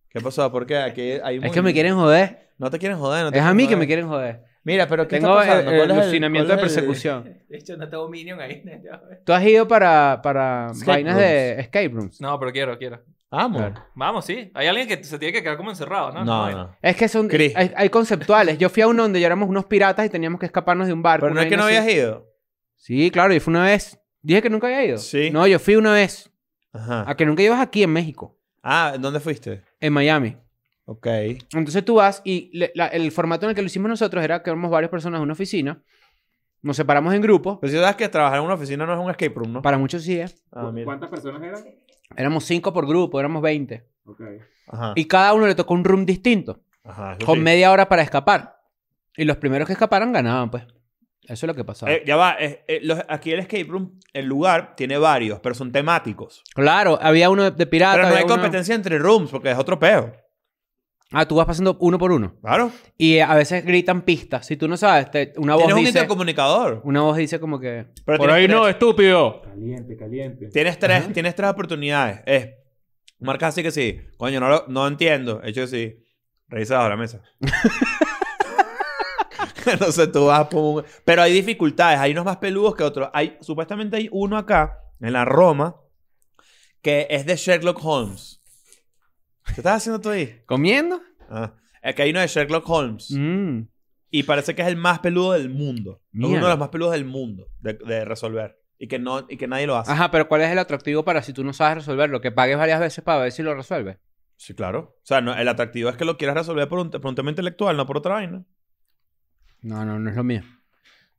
¿Qué pasó? Porque aquí hay Es que me quieren joder. No te quieren joder. No te Es a quieren mí que me joder. quieren joder. Mira, pero ¿qué Tengo eh, está el, pasando? ¿Cuál es el- alucinamiento cuál de es el- persecución. De hecho, no tengo Minion ahí. ¿Tú has ido para, para Escape vainas de escape rooms? No, pero quiero, quiero. Vamos. Claro. Vamos, sí. Hay alguien que se tiene que quedar como encerrado, ¿no? No, hay- no. Es que son Cris. hay, hay conceptuales. Yo fui a uno donde ya éramos unos piratas y teníamos que escaparnos de un barco. Pero no una es que vaina no así. habías ido. Sí, claro, yo fui una vez. Dije que nunca había ido. Sí. No, yo fui una vez. Ajá. A que nunca ibas aquí en México, Ah, ¿dónde fuiste? en Miami. Ok. Entonces tú vas y le- la- el formato en el que lo hicimos nosotros era que éramos varias personas en una oficina, nos separamos en grupos, Pero Pues si sabes que trabajar en una oficina no es un escape room, ¿no? para muchos sí, ¿eh? Ah, ¿Cu- mira. ¿Cuántas personas eran? éramos cinco por grupo, éramos 20. Ok. Ajá. Y cada uno le tocó un room distinto, Ajá. eso con sí. media hora para escapar. Y los primeros que escaparan ganaban, pues. Eso es lo que pasaba. Eh, ya va. eh, eh, los- aquí el escape room, el lugar, tiene varios, pero son temáticos. claro, había Ah, uno de, de pirata. pero no había hay uno- competencia entre rooms porque es otro peo. Ah, tú vas pasando uno por uno. Claro. Y a veces gritan pistas. Si tú no sabes, te- una voz Tienes un dice... intercomunicador. Una voz dice como que... Pero Por tienes ahí tres- no, estúpido. Caliente, caliente. Tienes tres, tienes tres oportunidades. Es, marcas así que sí. Coño, no, lo- no entiendo. Hecho que sí. Revisa bajo la mesa. no sé, tú vas por un- Pero hay dificultades. Hay unos más peludos que otros. Hay, supuestamente hay uno acá, en la Roma, que es de Sherlock Holmes. ¿Qué estás haciendo tú ahí? ¿Comiendo? Ah, es que hay uno de Sherlock Holmes. Mm. Y parece que es el más peludo del mundo. Es Uno Mierda. de los más peludos del mundo de, de resolver. Y que, no, y que nadie lo hace. Ajá, pero ¿cuál es el atractivo para si tú no sabes resolverlo? Que pagues varias veces para ver si lo resuelves. Sí, claro. O sea, no, el atractivo es que lo quieras resolver por un, por un tema intelectual, no por otra vaina. No, no, no es lo mío.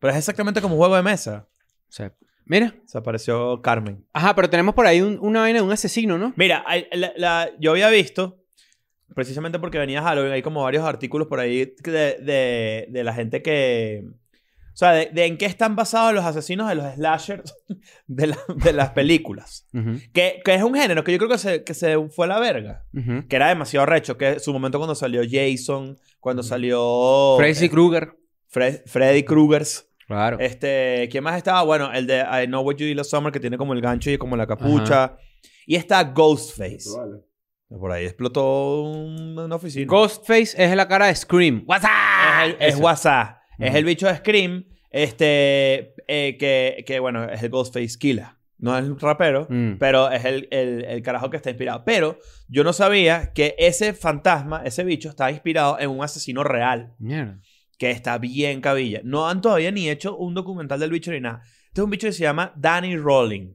Pero es exactamente como un juego de mesa. O sea, mira. Se apareció Carmen. Ajá, pero tenemos por ahí un- una vaina de un asesino, ¿no? Mira, hay- la- la- yo había visto, precisamente porque venía Halloween, hay como varios artículos por ahí que de, de- de la gente que... O sea, de, de en qué están basados los asesinos de los slashers de, la- de las películas. Ujú, Que, que es un género que yo creo que se, que se fue a la verga. ujú. Que era demasiado recho. Que su momento cuando salió Jason, cuando salió... eh, Crazy Oh, Krueger. Eh, Fre- Freddy Krueger's. Claro. Este, ¿quién más estaba? Bueno, el de I Know What You Did Last Summer, que tiene como el gancho y como la capucha. Y está Ghostface. Vale. Por ahí explotó un- una oficina. Ghostface es la cara de Scream. What's es el- es Eso. WhatsApp. Es Ujú. el bicho de Scream. Este, eh, que, que, bueno, es el Ghostface Killer. No es el rapero, Mm. pero es el, el- el carajo que está inspirado. Pero yo no sabía que ese fantasma, ese bicho, está inspirado en un asesino real Mierda. que está bien cabilla. No han todavía ni hecho un documental del bicho ni nada. Este es un bicho que se llama Danny Rolling.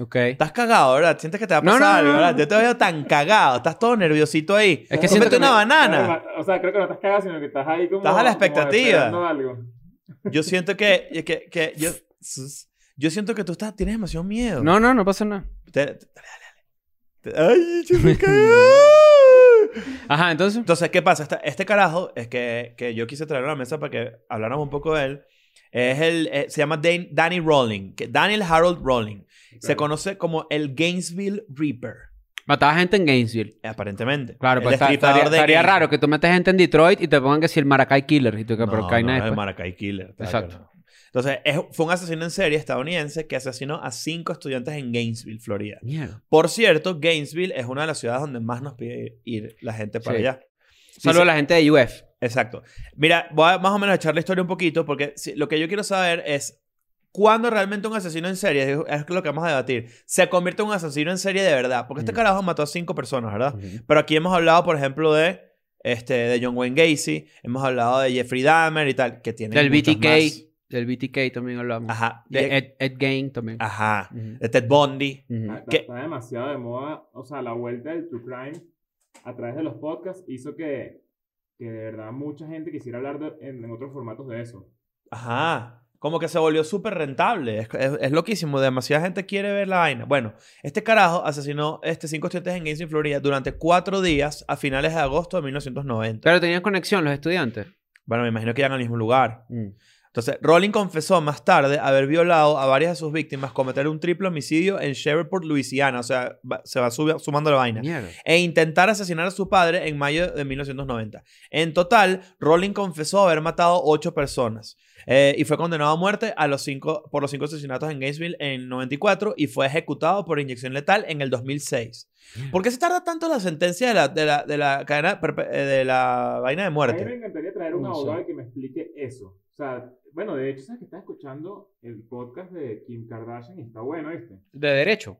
Ok. Estás cagado, ¿verdad? Sientes que te va a No, pasar no, algo, no, ¿verdad? no. Yo te veo tan cagado. Estás todo nerviosito ahí. Es que Cómete siento que una me- banana. O sea, creo que no estás cagado, sino que estás ahí como. Estás a la como expectativa. esperando algo. Yo siento que... que, que yo, yo siento que tú estás, tienes demasiado miedo. No, no, no pasa nada. Te- te- dale, dale, dale. Te- ¡Ay, yo me cagué. Ajá, entonces. Entonces, ¿qué pasa? Esta- este carajo, es que, que yo quise traer a la mesa para que habláramos un poco de él, es el, eh, se llama Dan- Danny Rowling, que Daniel Harold Rowling. Se Claro. conoce como el Gainesville Reaper, Mataba gente en Gainesville. eh, aparentemente. Claro, El pues está- destripador estaría, de estaría Gainesville. raro que tú metes gente en Detroit y te pongan que si el Maracay Killer. Y tú que, No, pero cae no, nada es el después. Maracay Killer. claro Exacto. que no. Entonces, es- fue un asesino en serie estadounidense que asesinó a cinco estudiantes en Gainesville, Florida. Mierda. Por cierto, Gainesville es una de las ciudades donde más nos pide ir la gente para Sí. allá. Salvo la gente de UF. Exacto. Mira, voy a más o menos echar la historia un poquito porque si- lo que yo quiero saber es cuándo realmente un asesino en serie, es, es lo que vamos a debatir, se convierte en un asesino en serie de verdad. Porque este Mm. carajo mató a cinco personas, ¿verdad? Pero aquí hemos hablado, por ejemplo, de, este, de John Wayne Gacy, hemos hablado de Jeffrey Dahmer y tal, que tiene... Del muchos BTK. más. Del BTK también hablamos. Ajá. De De, Ed, Ed Gain también. ajá. Ujú. De Ted Bundy. Ujú. Está, ¿Qué? Ah, está demasiado de moda. O sea, la vuelta del True Crime a través de los podcasts hizo que, que de verdad mucha gente quisiera hablar de- en, en otros formatos de eso. Ajá. Como que se volvió súper rentable. Es, es- es loquísimo. Demasiada gente quiere ver la vaina. Bueno, este carajo asesinó este, cinco estudiantes en Gainesville, Florida, durante cuatro días a finales de agosto de 1990. Pero tenían conexión los estudiantes. Bueno, me imagino que iban al mismo lugar. Mm. Entonces, Rowling confesó más tarde haber violado a varias de sus víctimas, cometer un triple homicidio en Shreveport, Luisiana. O sea, va- se va subi- sumando la vaina Mierda. e intentar asesinar a su padre en mayo de 1990. En total, Rowling confesó haber matado ocho personas eh, y fue condenado a muerte a los cinco, por los cinco asesinatos en Gainesville en 94 y fue ejecutado por inyección letal en el 2006. ¿Por qué se tarda tanto la sentencia de la, de la, de la cadena perpe- eh, de la vaina de A mí me muerte? encantaría traer un No sé. abogado que me explique eso. O sea, bueno, de hecho, sabes que estás escuchando el podcast de Kim Kardashian y está bueno este. De derecho.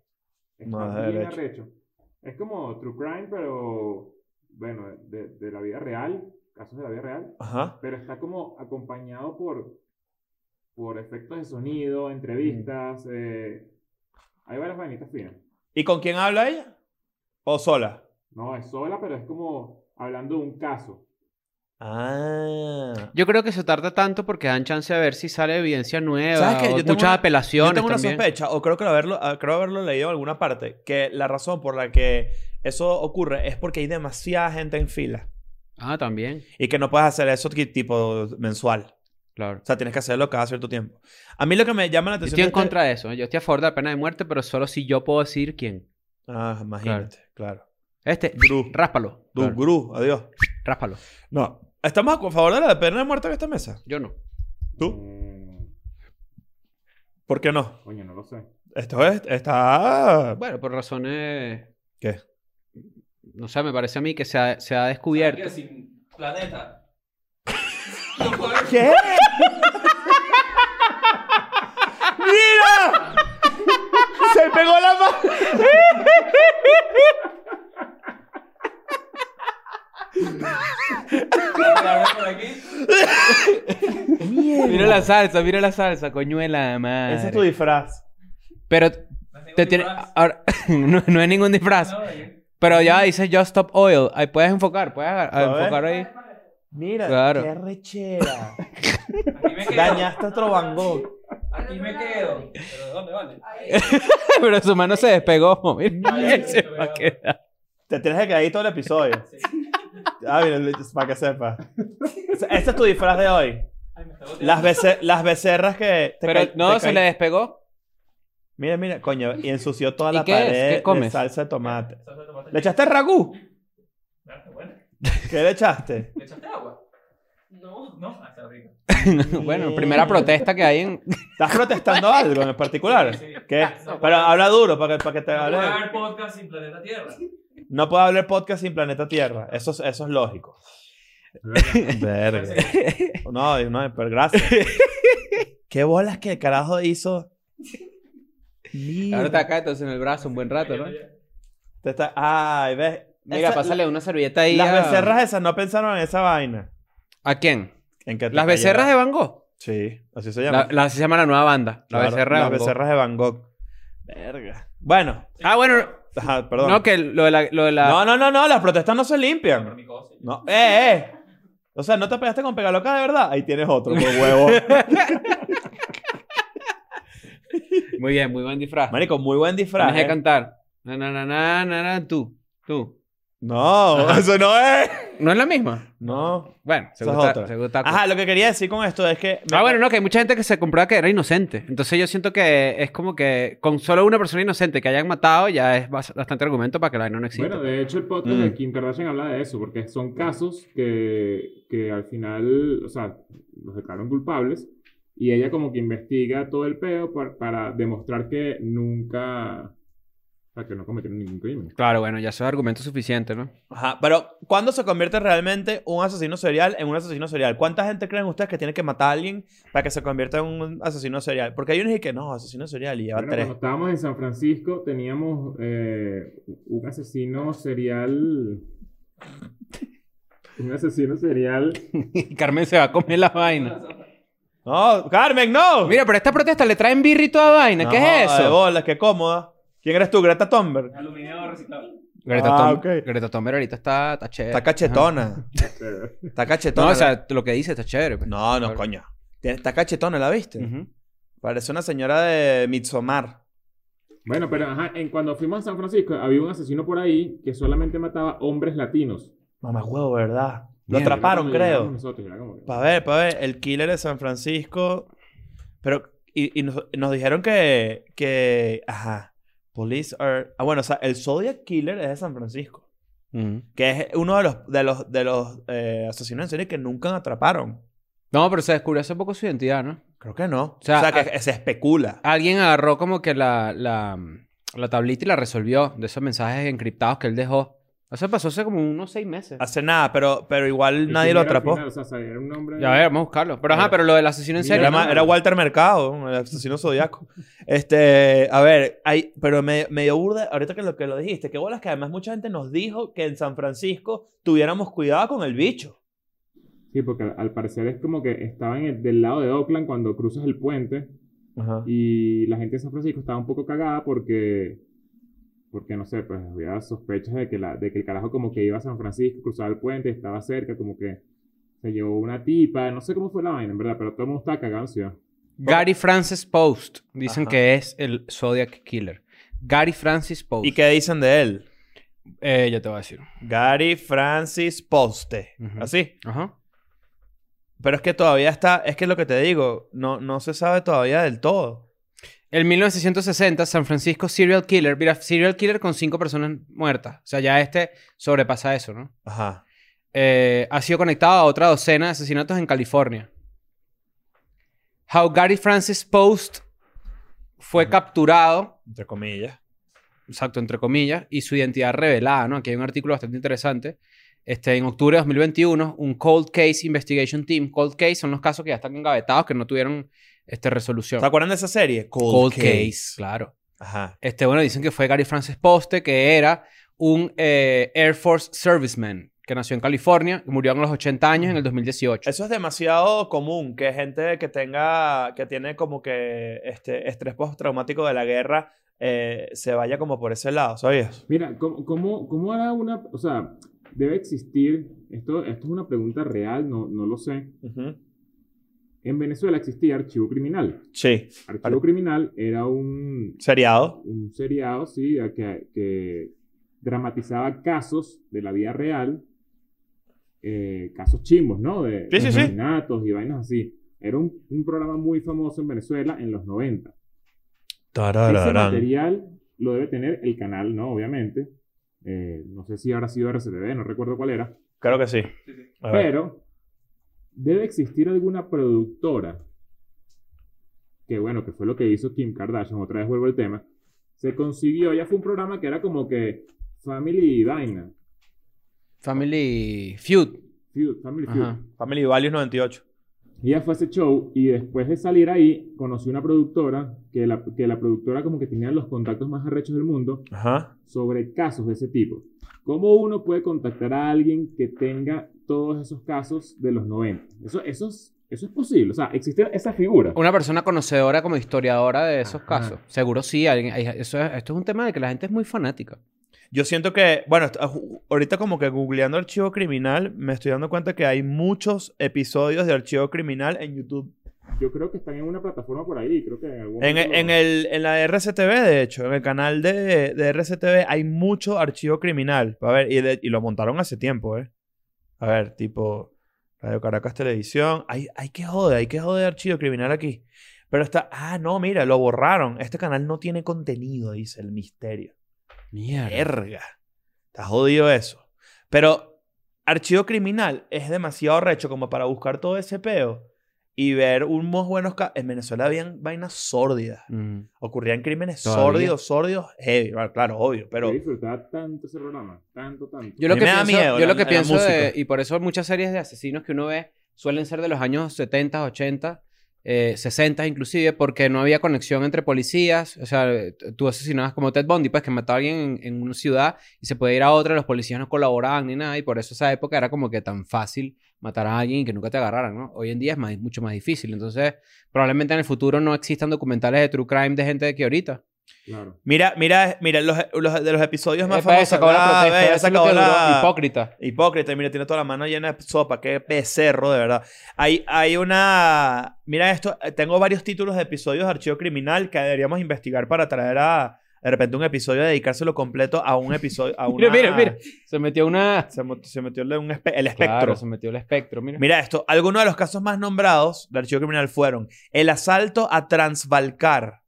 Está No, de bien derecho. arrecho. Es como True Crime, pero bueno, de, de la vida real, casos de la vida real. Ajá. pero está como acompañado por, por efectos de sonido, entrevistas. Mm. eh, hay varias vainitas finas. ¿Y con quién habla ella? ¿O sola? No es sola, pero es como hablando de un caso. Ah. Yo creo que se tarda tanto porque dan chance a ver si sale evidencia nueva. ¿Sabes qué? o Yo tengo muchas una- apelaciones Yo tengo una también. sospecha, o creo que lo haberlo, ah, creo haberlo leído en alguna parte, que la razón por la que eso ocurre es porque hay demasiada gente en fila Ah, también. y que no puedes hacer eso qui- tipo mensual. Claro. O sea, tienes que hacerlo cada cierto tiempo. A mí lo que me llama la Yo atención... de estoy en este- contra de eso. Yo estoy a favor de la pena de muerte, pero solo si yo puedo decir quién. Ah, imagínate, claro. Este, Gru. ráspalo. Du, Gru, adiós. Ráspalo. No. ¿Estamos a favor de la pena de muerte en esta mesa? Yo no. ¿Tú? Mm, ¿Por qué no? coño, no lo sé. Esto es, está... Bueno, por razones. ¿Qué? No sé, me parece a mí que se ha, se ha descubierto. Sin planeta. ¿Qué? ¡Mira! Se pegó la mano. Mira la salsa, mira la salsa, coñuela, madre. Ese es tu disfraz. Pero te tiene... ahora- no, no es ningún disfraz. Pero ya dice Just Stop Oil. Ahí puedes enfocar, puedes agar- A ver. enfocar ahí. Mira, Claro. qué rechera. Aquí me Dañaste otro Van Gogh. Aquí me quedo. ¿Pero de dónde vale? Pero su mano se despegó. Mira, se va a quedar. Te tienes que quedar ahí todo el episodio. Ah, mira, para que sepas. Ese es tu disfraz de hoy. Ay, me está boteando. Las, bece- las becerras que... te Pero ca- no, te se caí- le despegó. Mira, mira, coño, y ensució toda ¿Y la qué es? ¿Qué pared de comes? salsa de tomate. Salsa de tomate. ¿Le echaste ragú? Claro, Ah, bueno. ¿Qué le echaste? ¿Le echaste agua? No. No, hasta rico. bueno, primera protesta que hay en. ¿Estás protestando algo en particular? Sí, sí. ¿Qué? No, Pero habla duro para que, para que te No puede hable. haber podcast sin planeta Tierra. No puedo hablar podcast sin planeta Tierra. Eso es, eso es lógico. Verga. No, no, pero gracias. ¿Qué bolas que el carajo hizo? Mira. Ahora está acá, entonces en el brazo un buen rato, ¿no? Te está- Ay, ves. Mira, Esa- pásale una servilleta ahí. Las a- becerras esas no pensaron en esa vaina. ¿A quién? En que te Las becerras cayera. de Van Gogh. Sí, así se La- llama. la- así se llama la nueva banda. La Claro, becerra las de Van Gogh. becerras de Van Gogh. Verga. Bueno, Ah, bueno. ajá, perdón. No, que lo de la. Lo de la... No, no, no, no, las protestas no se limpian. Por mi cosa. No, eh, eh. O sea, ¿no te pegaste con Pegaloca de verdad? Ahí tienes otro, por huevo. Muy bien, muy buen disfraz. Marico, muy buen disfraz. Tienes que eh. cantar. Na, na, na, na, na, na, tú. Tú. No, eso no es. ¿No es la misma? No. Bueno, Esa según es ta- otra. según Taco. Ajá, lo que quería decir con esto es que. pues. Ah, bueno, no, que hay mucha gente que se comprueba que era inocente. Entonces yo siento que es como que con solo una persona inocente que hayan matado ya es bas- bastante argumento para que la vaina no exista. Bueno, de hecho, el podcast de Mm. Kim Kardashian habla de eso, porque son casos que, que al final, o sea, los declararon culpables y ella como que investiga todo el peo par- para demostrar que nunca, o sea, que no cometieron ningún crimen. Claro, bueno, ya eso es argumento suficiente, ¿no? Ajá, pero ¿cuándo se convierte realmente un asesino serial en un asesino serial? ¿Cuánta gente creen ustedes que tiene que matar a alguien para que se convierta en un asesino serial? Porque hay unos que no, asesino serial y lleva Bueno, tres. cuando estábamos en San Francisco teníamos eh, un asesino serial... Un asesino serial. Y Carmen se va a comer la vaina. No, Carmen, no. Mira, pero esta protesta le traen birra y toda vaina. ¿Qué No, es de eso? bolas, qué cómoda. ¿Quién eres tú, Greta Thunberg? Aluminio reciclable. Greta, Ah, Thunberg ok. Greta Thunberg ahorita está, está chévere. Está cachetona. eh, Está Ajá. cachetona. No, o sea, lo que dice está chévere. pues. No, no, Claro. coño. Tiene- Está cachetona, ¿la viste? Ujú. Parece una señora de Midsommar. Bueno, pero ajá, en cuando fuimos a San Francisco había un asesino por ahí que solamente mataba hombres latinos. Mamá huevo, ¿verdad? Lo Mierda, atraparon, Era como llegamos creo. nosotros, era como que- Pa' ver, pa' ver. El killer de San Francisco. Pero, y, y nos, nos dijeron que, que, ajá, police are... Ah, bueno, o sea, el Zodiac Killer es de San Francisco. Ujú. Que es uno de los, de los, de los eh, asesinos en serie que nunca atraparon. No, pero se descubrió hace poco su identidad, ¿no? Creo que no. O sea, sea, Ah. que se especula. Alguien agarró como que la, la, la tablita y la resolvió de esos mensajes encriptados que él dejó. Eso pasó hace como unos seis meses. Hace nada, pero, pero igual ¿Y nadie quién lo era al atrapó. final? O sea, sabía, era un hombre. Ya a ver, vamos a buscarlo. Pero ajá, pero lo del asesino en Mira, serie. Era, ¿no? ma- era Walter Mercado, el asesino zodiaco. Este, a ver, hay, pero me, me dio burda ahorita que lo que lo dijiste. Qué bolas que además mucha gente nos dijo que en San Francisco tuviéramos cuidado con el bicho. Sí, porque al, al parecer es como que estaba en el- del lado de Oakland cuando cruzas el puente y la gente de San Francisco estaba un poco cagada porque, porque no sé, pues había sospechas de que, la, de que el carajo como que iba a San Francisco, cruzaba el puente, estaba cerca, como que se llevó una tipa, no sé cómo fue la vaina, en verdad, pero todo el mundo estaba cagado en la ciudad. Gary Francis Post. Dicen Ajá. que es el Zodiac Killer. Gary Francis Post. ¿Y qué dicen de él? Eh, ya te voy a decir. Gary Francis Poste. Ujú. Así. Ajá. Pero es que todavía está, es que lo que te digo, no, no se sabe todavía del todo. En 1960, San Francisco Serial Killer. Mira, Serial Killer con cinco personas muertas. O sea, ya este sobrepasa eso, ¿no? Ajá. Eh, ha sido conectado a otra docena de asesinatos en California. How Gary Francis Post fue capturado, Entre comillas. exacto, entre comillas, y su identidad revelada, ¿no? Aquí hay un artículo bastante interesante. Este, en octubre de 2021, un Cold Case Investigation Team. Cold Case son los casos que ya están engavetados, que no tuvieron este, resolución. ¿Se acuerdan de esa serie? Cold, Claro. Ajá. Este, bueno, dicen que fue Gary Francis Poste, que era un eh, Air Force Serviceman, que nació en California, y murió a los 80 años en el 2018. Eso es demasiado común, que gente que tenga, que tiene como que este estrés postraumático de la guerra eh, se vaya como por ese lado, ¿sabías? Mira, ¿cómo, cómo, cómo hará una... O sea, debe existir... Esto, esto es una pregunta real, no, no lo sé. Ujú. En Venezuela existía Archivo Criminal. Sí. Archivo Ar- Criminal era un, Seriado. un seriado, sí, que, que dramatizaba casos de la vida real, eh, casos chimbos, ¿no? De Sí, sí, sí. asesinatos y vainas así. Era un, un programa muy famoso en Venezuela en los 90. Ese material lo debe tener el canal, ¿no? Obviamente. Eh, no sé si habrá sido RCTV, no recuerdo cuál era. Claro que sí. Sí, sí. A ver. Pero debe existir alguna productora que, bueno, que fue lo que hizo Kim Kardashian, otra vez vuelvo al tema, se consiguió, ya fue un programa que era como que Family Vaina, Family Feud. Feud, Family Feud. Ajá. Family Values 98. Y Ella fue a ese show y después de salir ahí, conoció una productora, que la, que la productora como que tenía los contactos más arrechos del mundo Ajá. sobre casos de ese tipo. ¿Cómo uno puede contactar a alguien que tenga todos esos casos de los 90? Eso, eso, es, eso es posible, o sea, existe esa figura. Una persona conocedora como historiadora de esos Ajá. casos. Seguro sí. alguien- hay- eso es- esto es un tema de que la gente es muy fanática. Yo siento que, bueno, est- ah, ju- ahorita como que googleando archivo criminal, me estoy dando cuenta que hay muchos episodios de archivo criminal en YouTube. Yo creo que están en una plataforma por ahí, creo que en algún En, e, momento en lo- el, en la RCTV, de hecho, en el canal de, de RCTV hay mucho archivo criminal. A ver, y, de- y lo montaron hace tiempo, ¿eh? A ver, tipo Radio Caracas Televisión. Hay, hay que joder, hay que joder archivo criminal aquí. Pero está, ah, no, mira, lo borraron. Este canal no tiene contenido, dice el misterio. Mierda. Verga. Está jodido eso. Pero Archivo Criminal es demasiado recho como para buscar todo ese peo y ver unos buenos casos. En Venezuela habían vainas sórdidas. Mm. Ocurrían crímenes Todavía. sórdidos, sórdidos, heavy. Bueno, claro, obvio, Yo pero... disfrutaba tanto ese programa, tanto, tanto. Yo lo A mí que me da pienso, miedo la- yo lo que la pienso de- música. y por eso muchas series de asesinos que uno ve suelen ser de los años 70, 80, eh, 60 inclusive, porque no había conexión entre policías. O sea, t- tú asesinabas como Ted Bundy, pues que mataba a alguien en, en una ciudad y se podía ir a otra, los policías no colaboraban ni nada, y por eso esa época era como que tan fácil matar a alguien y que nunca te agarraran, ¿no? Hoy en día es más, mucho más difícil. Entonces, probablemente en el futuro no existan documentales de true crime de gente de que ahorita. Claro. Mira, mira, mira, los, los- de los episodios más Epa, famosos. se acabó la Ah, protesta, ve, ya eso se es lo acabó que duró, la- Hipócrita. Hipócrita, y mira, tiene toda la mano llena de sopa, qué becerro, de verdad. Hay, hay una. Mira esto, eh, tengo varios títulos de episodios de archivo criminal que deberíamos investigar para traer a. De repente un episodio, dedicárselo completo a un episodio. A una, Mira, mira, mira. Se metió una... Se, mo- se metió el, un espe- el espectro. Claro, se metió el espectro, mira. Mira esto, algunos de los casos más nombrados de archivo criminal fueron el asalto a Transvalcar.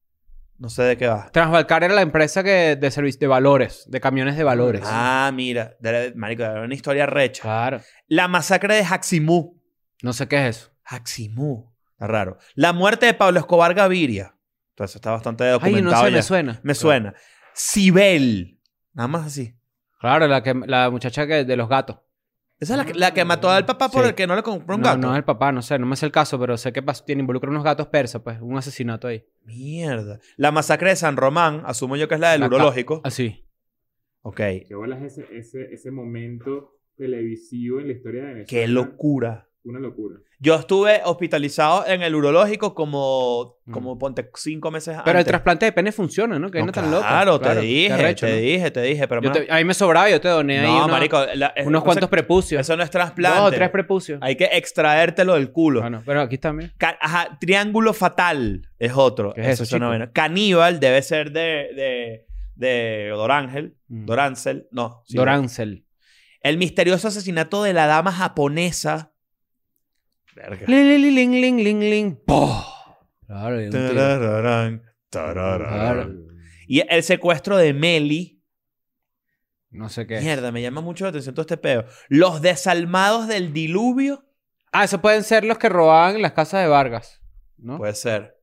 No sé de qué va. Transvalcar era la empresa que de servicio de valores, de camiones de valores. Ah, mira, de- marico, de una historia recha. claro. La masacre de Jaximú. No sé qué es eso. Haximú. Está raro. La muerte de Pablo Escobar Gaviria. Entonces está bastante documentado. Ay, no sé, ya. me suena. Me suena. Sibel. Nada más así. Claro, la, que, la muchacha que, de los gatos. Esa es la que, la que mató al papá por Sí. el que no le compró un no, gato. no es el papá, no sé, no me sé el caso, pero sé que pasó, tiene, involucra unos gatos persas, pues, un asesinato ahí. Mierda. La masacre de San Román, asumo yo que es la del La ca- Ah. urológico. Así. Ok. Qué bolas ese, ese, ese momento televisivo en la historia de Venezuela. Qué locura. Una locura. Yo estuve hospitalizado en el urológico como, Mm. como ponte cinco meses antes. Pero el trasplante de pene funciona, ¿no? Que no, No, es tan loco. claro, te qué dije, arrecho, te ¿no? dije, te dije. Pero Yo menos- te- a mí me sobraba, yo te doné ahí no, unos- marico. la- es- unos eso- cuantos prepucios. Eso no es trasplante. Dos o tres prepucios. Hay que extraértelo del culo. Bueno, pero aquí también. Ca- Ajá, Triángulo Fatal es otro. ¿Qué es eso, es una chico? vaina. Caníbal debe ser de, de, de Dorángel. Mm. Doráncel. No. sí, Dorancel. El misterioso asesinato de la dama japonesa. Verga. Ling, ling, ling, ling, ling, ling. ¡Poh! Claro, hay un tiro. Tarararán, Tarara. Y el secuestro de Meli. No sé qué. es. Mierda, me llama mucho la atención todo este peo. Los desalmados del diluvio. Ah, esos pueden ser los que robaban las casas de Vargas. ¿No? Puede ser.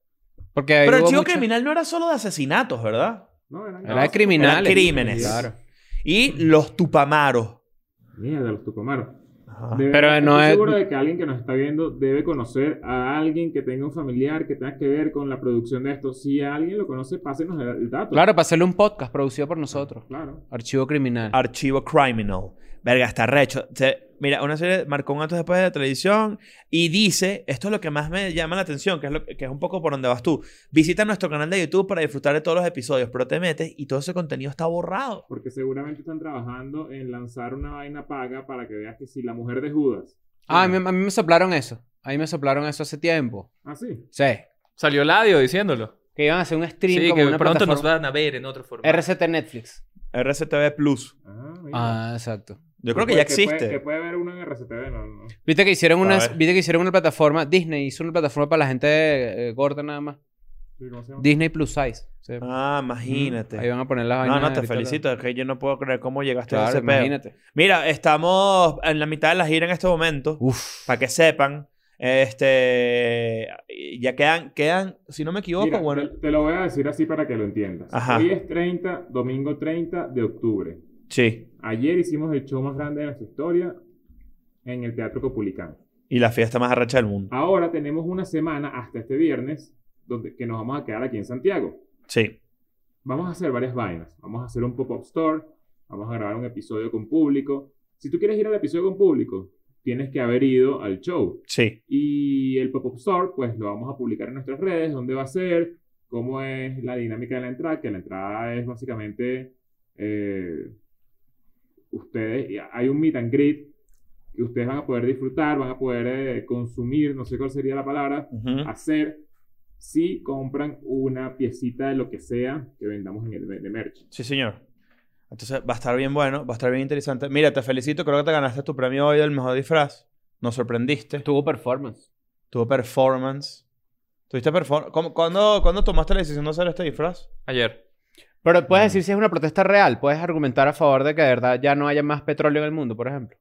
Porque ahí Pues, Pero el hubo chico mucho- criminal no era solo de asesinatos, ¿verdad? No, eran- Era de criminales. Eran crímenes. Claro. Y los tupamaros. Mierda, los tucumaros. Ajá. De Pero verdad, no estoy es- seguro de que alguien que nos está viendo debe conocer a alguien que tenga un familiar que tenga que ver con la producción de esto. Si alguien lo conoce, pásenos el- el dato. Claro, para hacerle un podcast producido por nosotros. Claro. Archivo criminal. Archivo Criminal. Verga, está recho. Se- mira, una serie marcó un antes después de la televisión y dice, esto es lo que más me llama la atención, que es, lo, que es un poco por donde vas tú. Visita nuestro canal de YouTube para disfrutar de todos los episodios, pero te metes y todo ese contenido está borrado. Porque seguramente están trabajando en lanzar una vaina paga para que veas que si la mujer de Judas. Ah, a mí, a mí me soplaron eso. A mí me soplaron eso hace tiempo. Ah, sí. Sí. Salió Ladio diciéndolo. Que iban a hacer un stream Sí, como que una pronto nos plataforma. van a ver en otro formato. RCT Netflix. RCTV Plus. Ah, mira. Ah, exacto. Yo creo que ya puede- puede- Que existe. puede haber una en RCTV, no, no. Viste que hicieron una, ver. viste que hicieron una plataforma. Disney hizo una plataforma para la gente eh, gorda nada más. Sí, ¿cómo se llama? Disney Plus Size. Sí. Ah, Ahí imagínate. van a poner las No, vainas no, te ahorita. felicito. Es que yo no puedo creer cómo llegaste a Claro, ese peo. imagínate. Mira, estamos en la mitad de la gira en este momento. Uf. Para que sepan. Este. Ya quedan, quedan, si no me equivoco, Mira, bueno. te, te lo voy a decir así para que lo entiendas. Ajá. Hoy es 30, domingo 30 de octubre. Sí. Ayer hicimos el show más grande de nuestra historia en el Teatro Copulicán. Y la fiesta más arrecha del mundo. Ahora tenemos una semana hasta este viernes donde, que nos vamos a quedar aquí en Santiago. Ah. Sí. Vamos a hacer varias vainas. Vamos a hacer un pop-up store. Vamos a grabar un episodio con público. Si tú quieres ir al episodio con público, tienes que haber ido al show. Sí. Y el pop-up store, pues lo vamos a publicar en nuestras redes, dónde va a ser, cómo es la dinámica de la entrada, que la entrada es básicamente eh, ustedes, y hay un meet and greet que ustedes van a poder disfrutar, van a poder eh, consumir, no sé cuál sería la palabra, Ah. Ujú. hacer si compran una piecita de lo que sea que vendamos en el de merch. Sí, señor. Entonces va a estar bien bueno, va a estar bien interesante. Mira, te felicito, creo que te ganaste tu premio hoy del mejor disfraz. Nos sorprendiste. Tuvo performance. Tuvo performance. ¿Tuviste performance? ¿Cuándo, cuándo tomaste la decisión de hacer este disfraz? Ayer. Pero puedes decir si es una protesta real. Puedes argumentar a favor de que de verdad ya no haya más petróleo en el mundo, por ejemplo.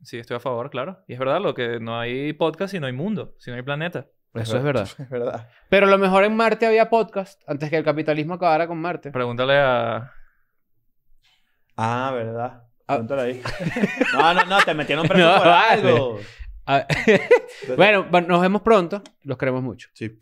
Sí, estoy a favor, claro. Y es verdad lo que no hay podcast si no hay mundo, si no hay planeta. Eso es verdad. Es verdad. Pero a lo mejor en Marte había podcast antes que el capitalismo acabara con Marte. Pregúntale a... Ah, verdad. Ah. Cuéntale ahí. No, no, no, te metieron preso No, por vale. algo. ah, A- bueno, bueno, nos vemos pronto. Los queremos mucho. Sí.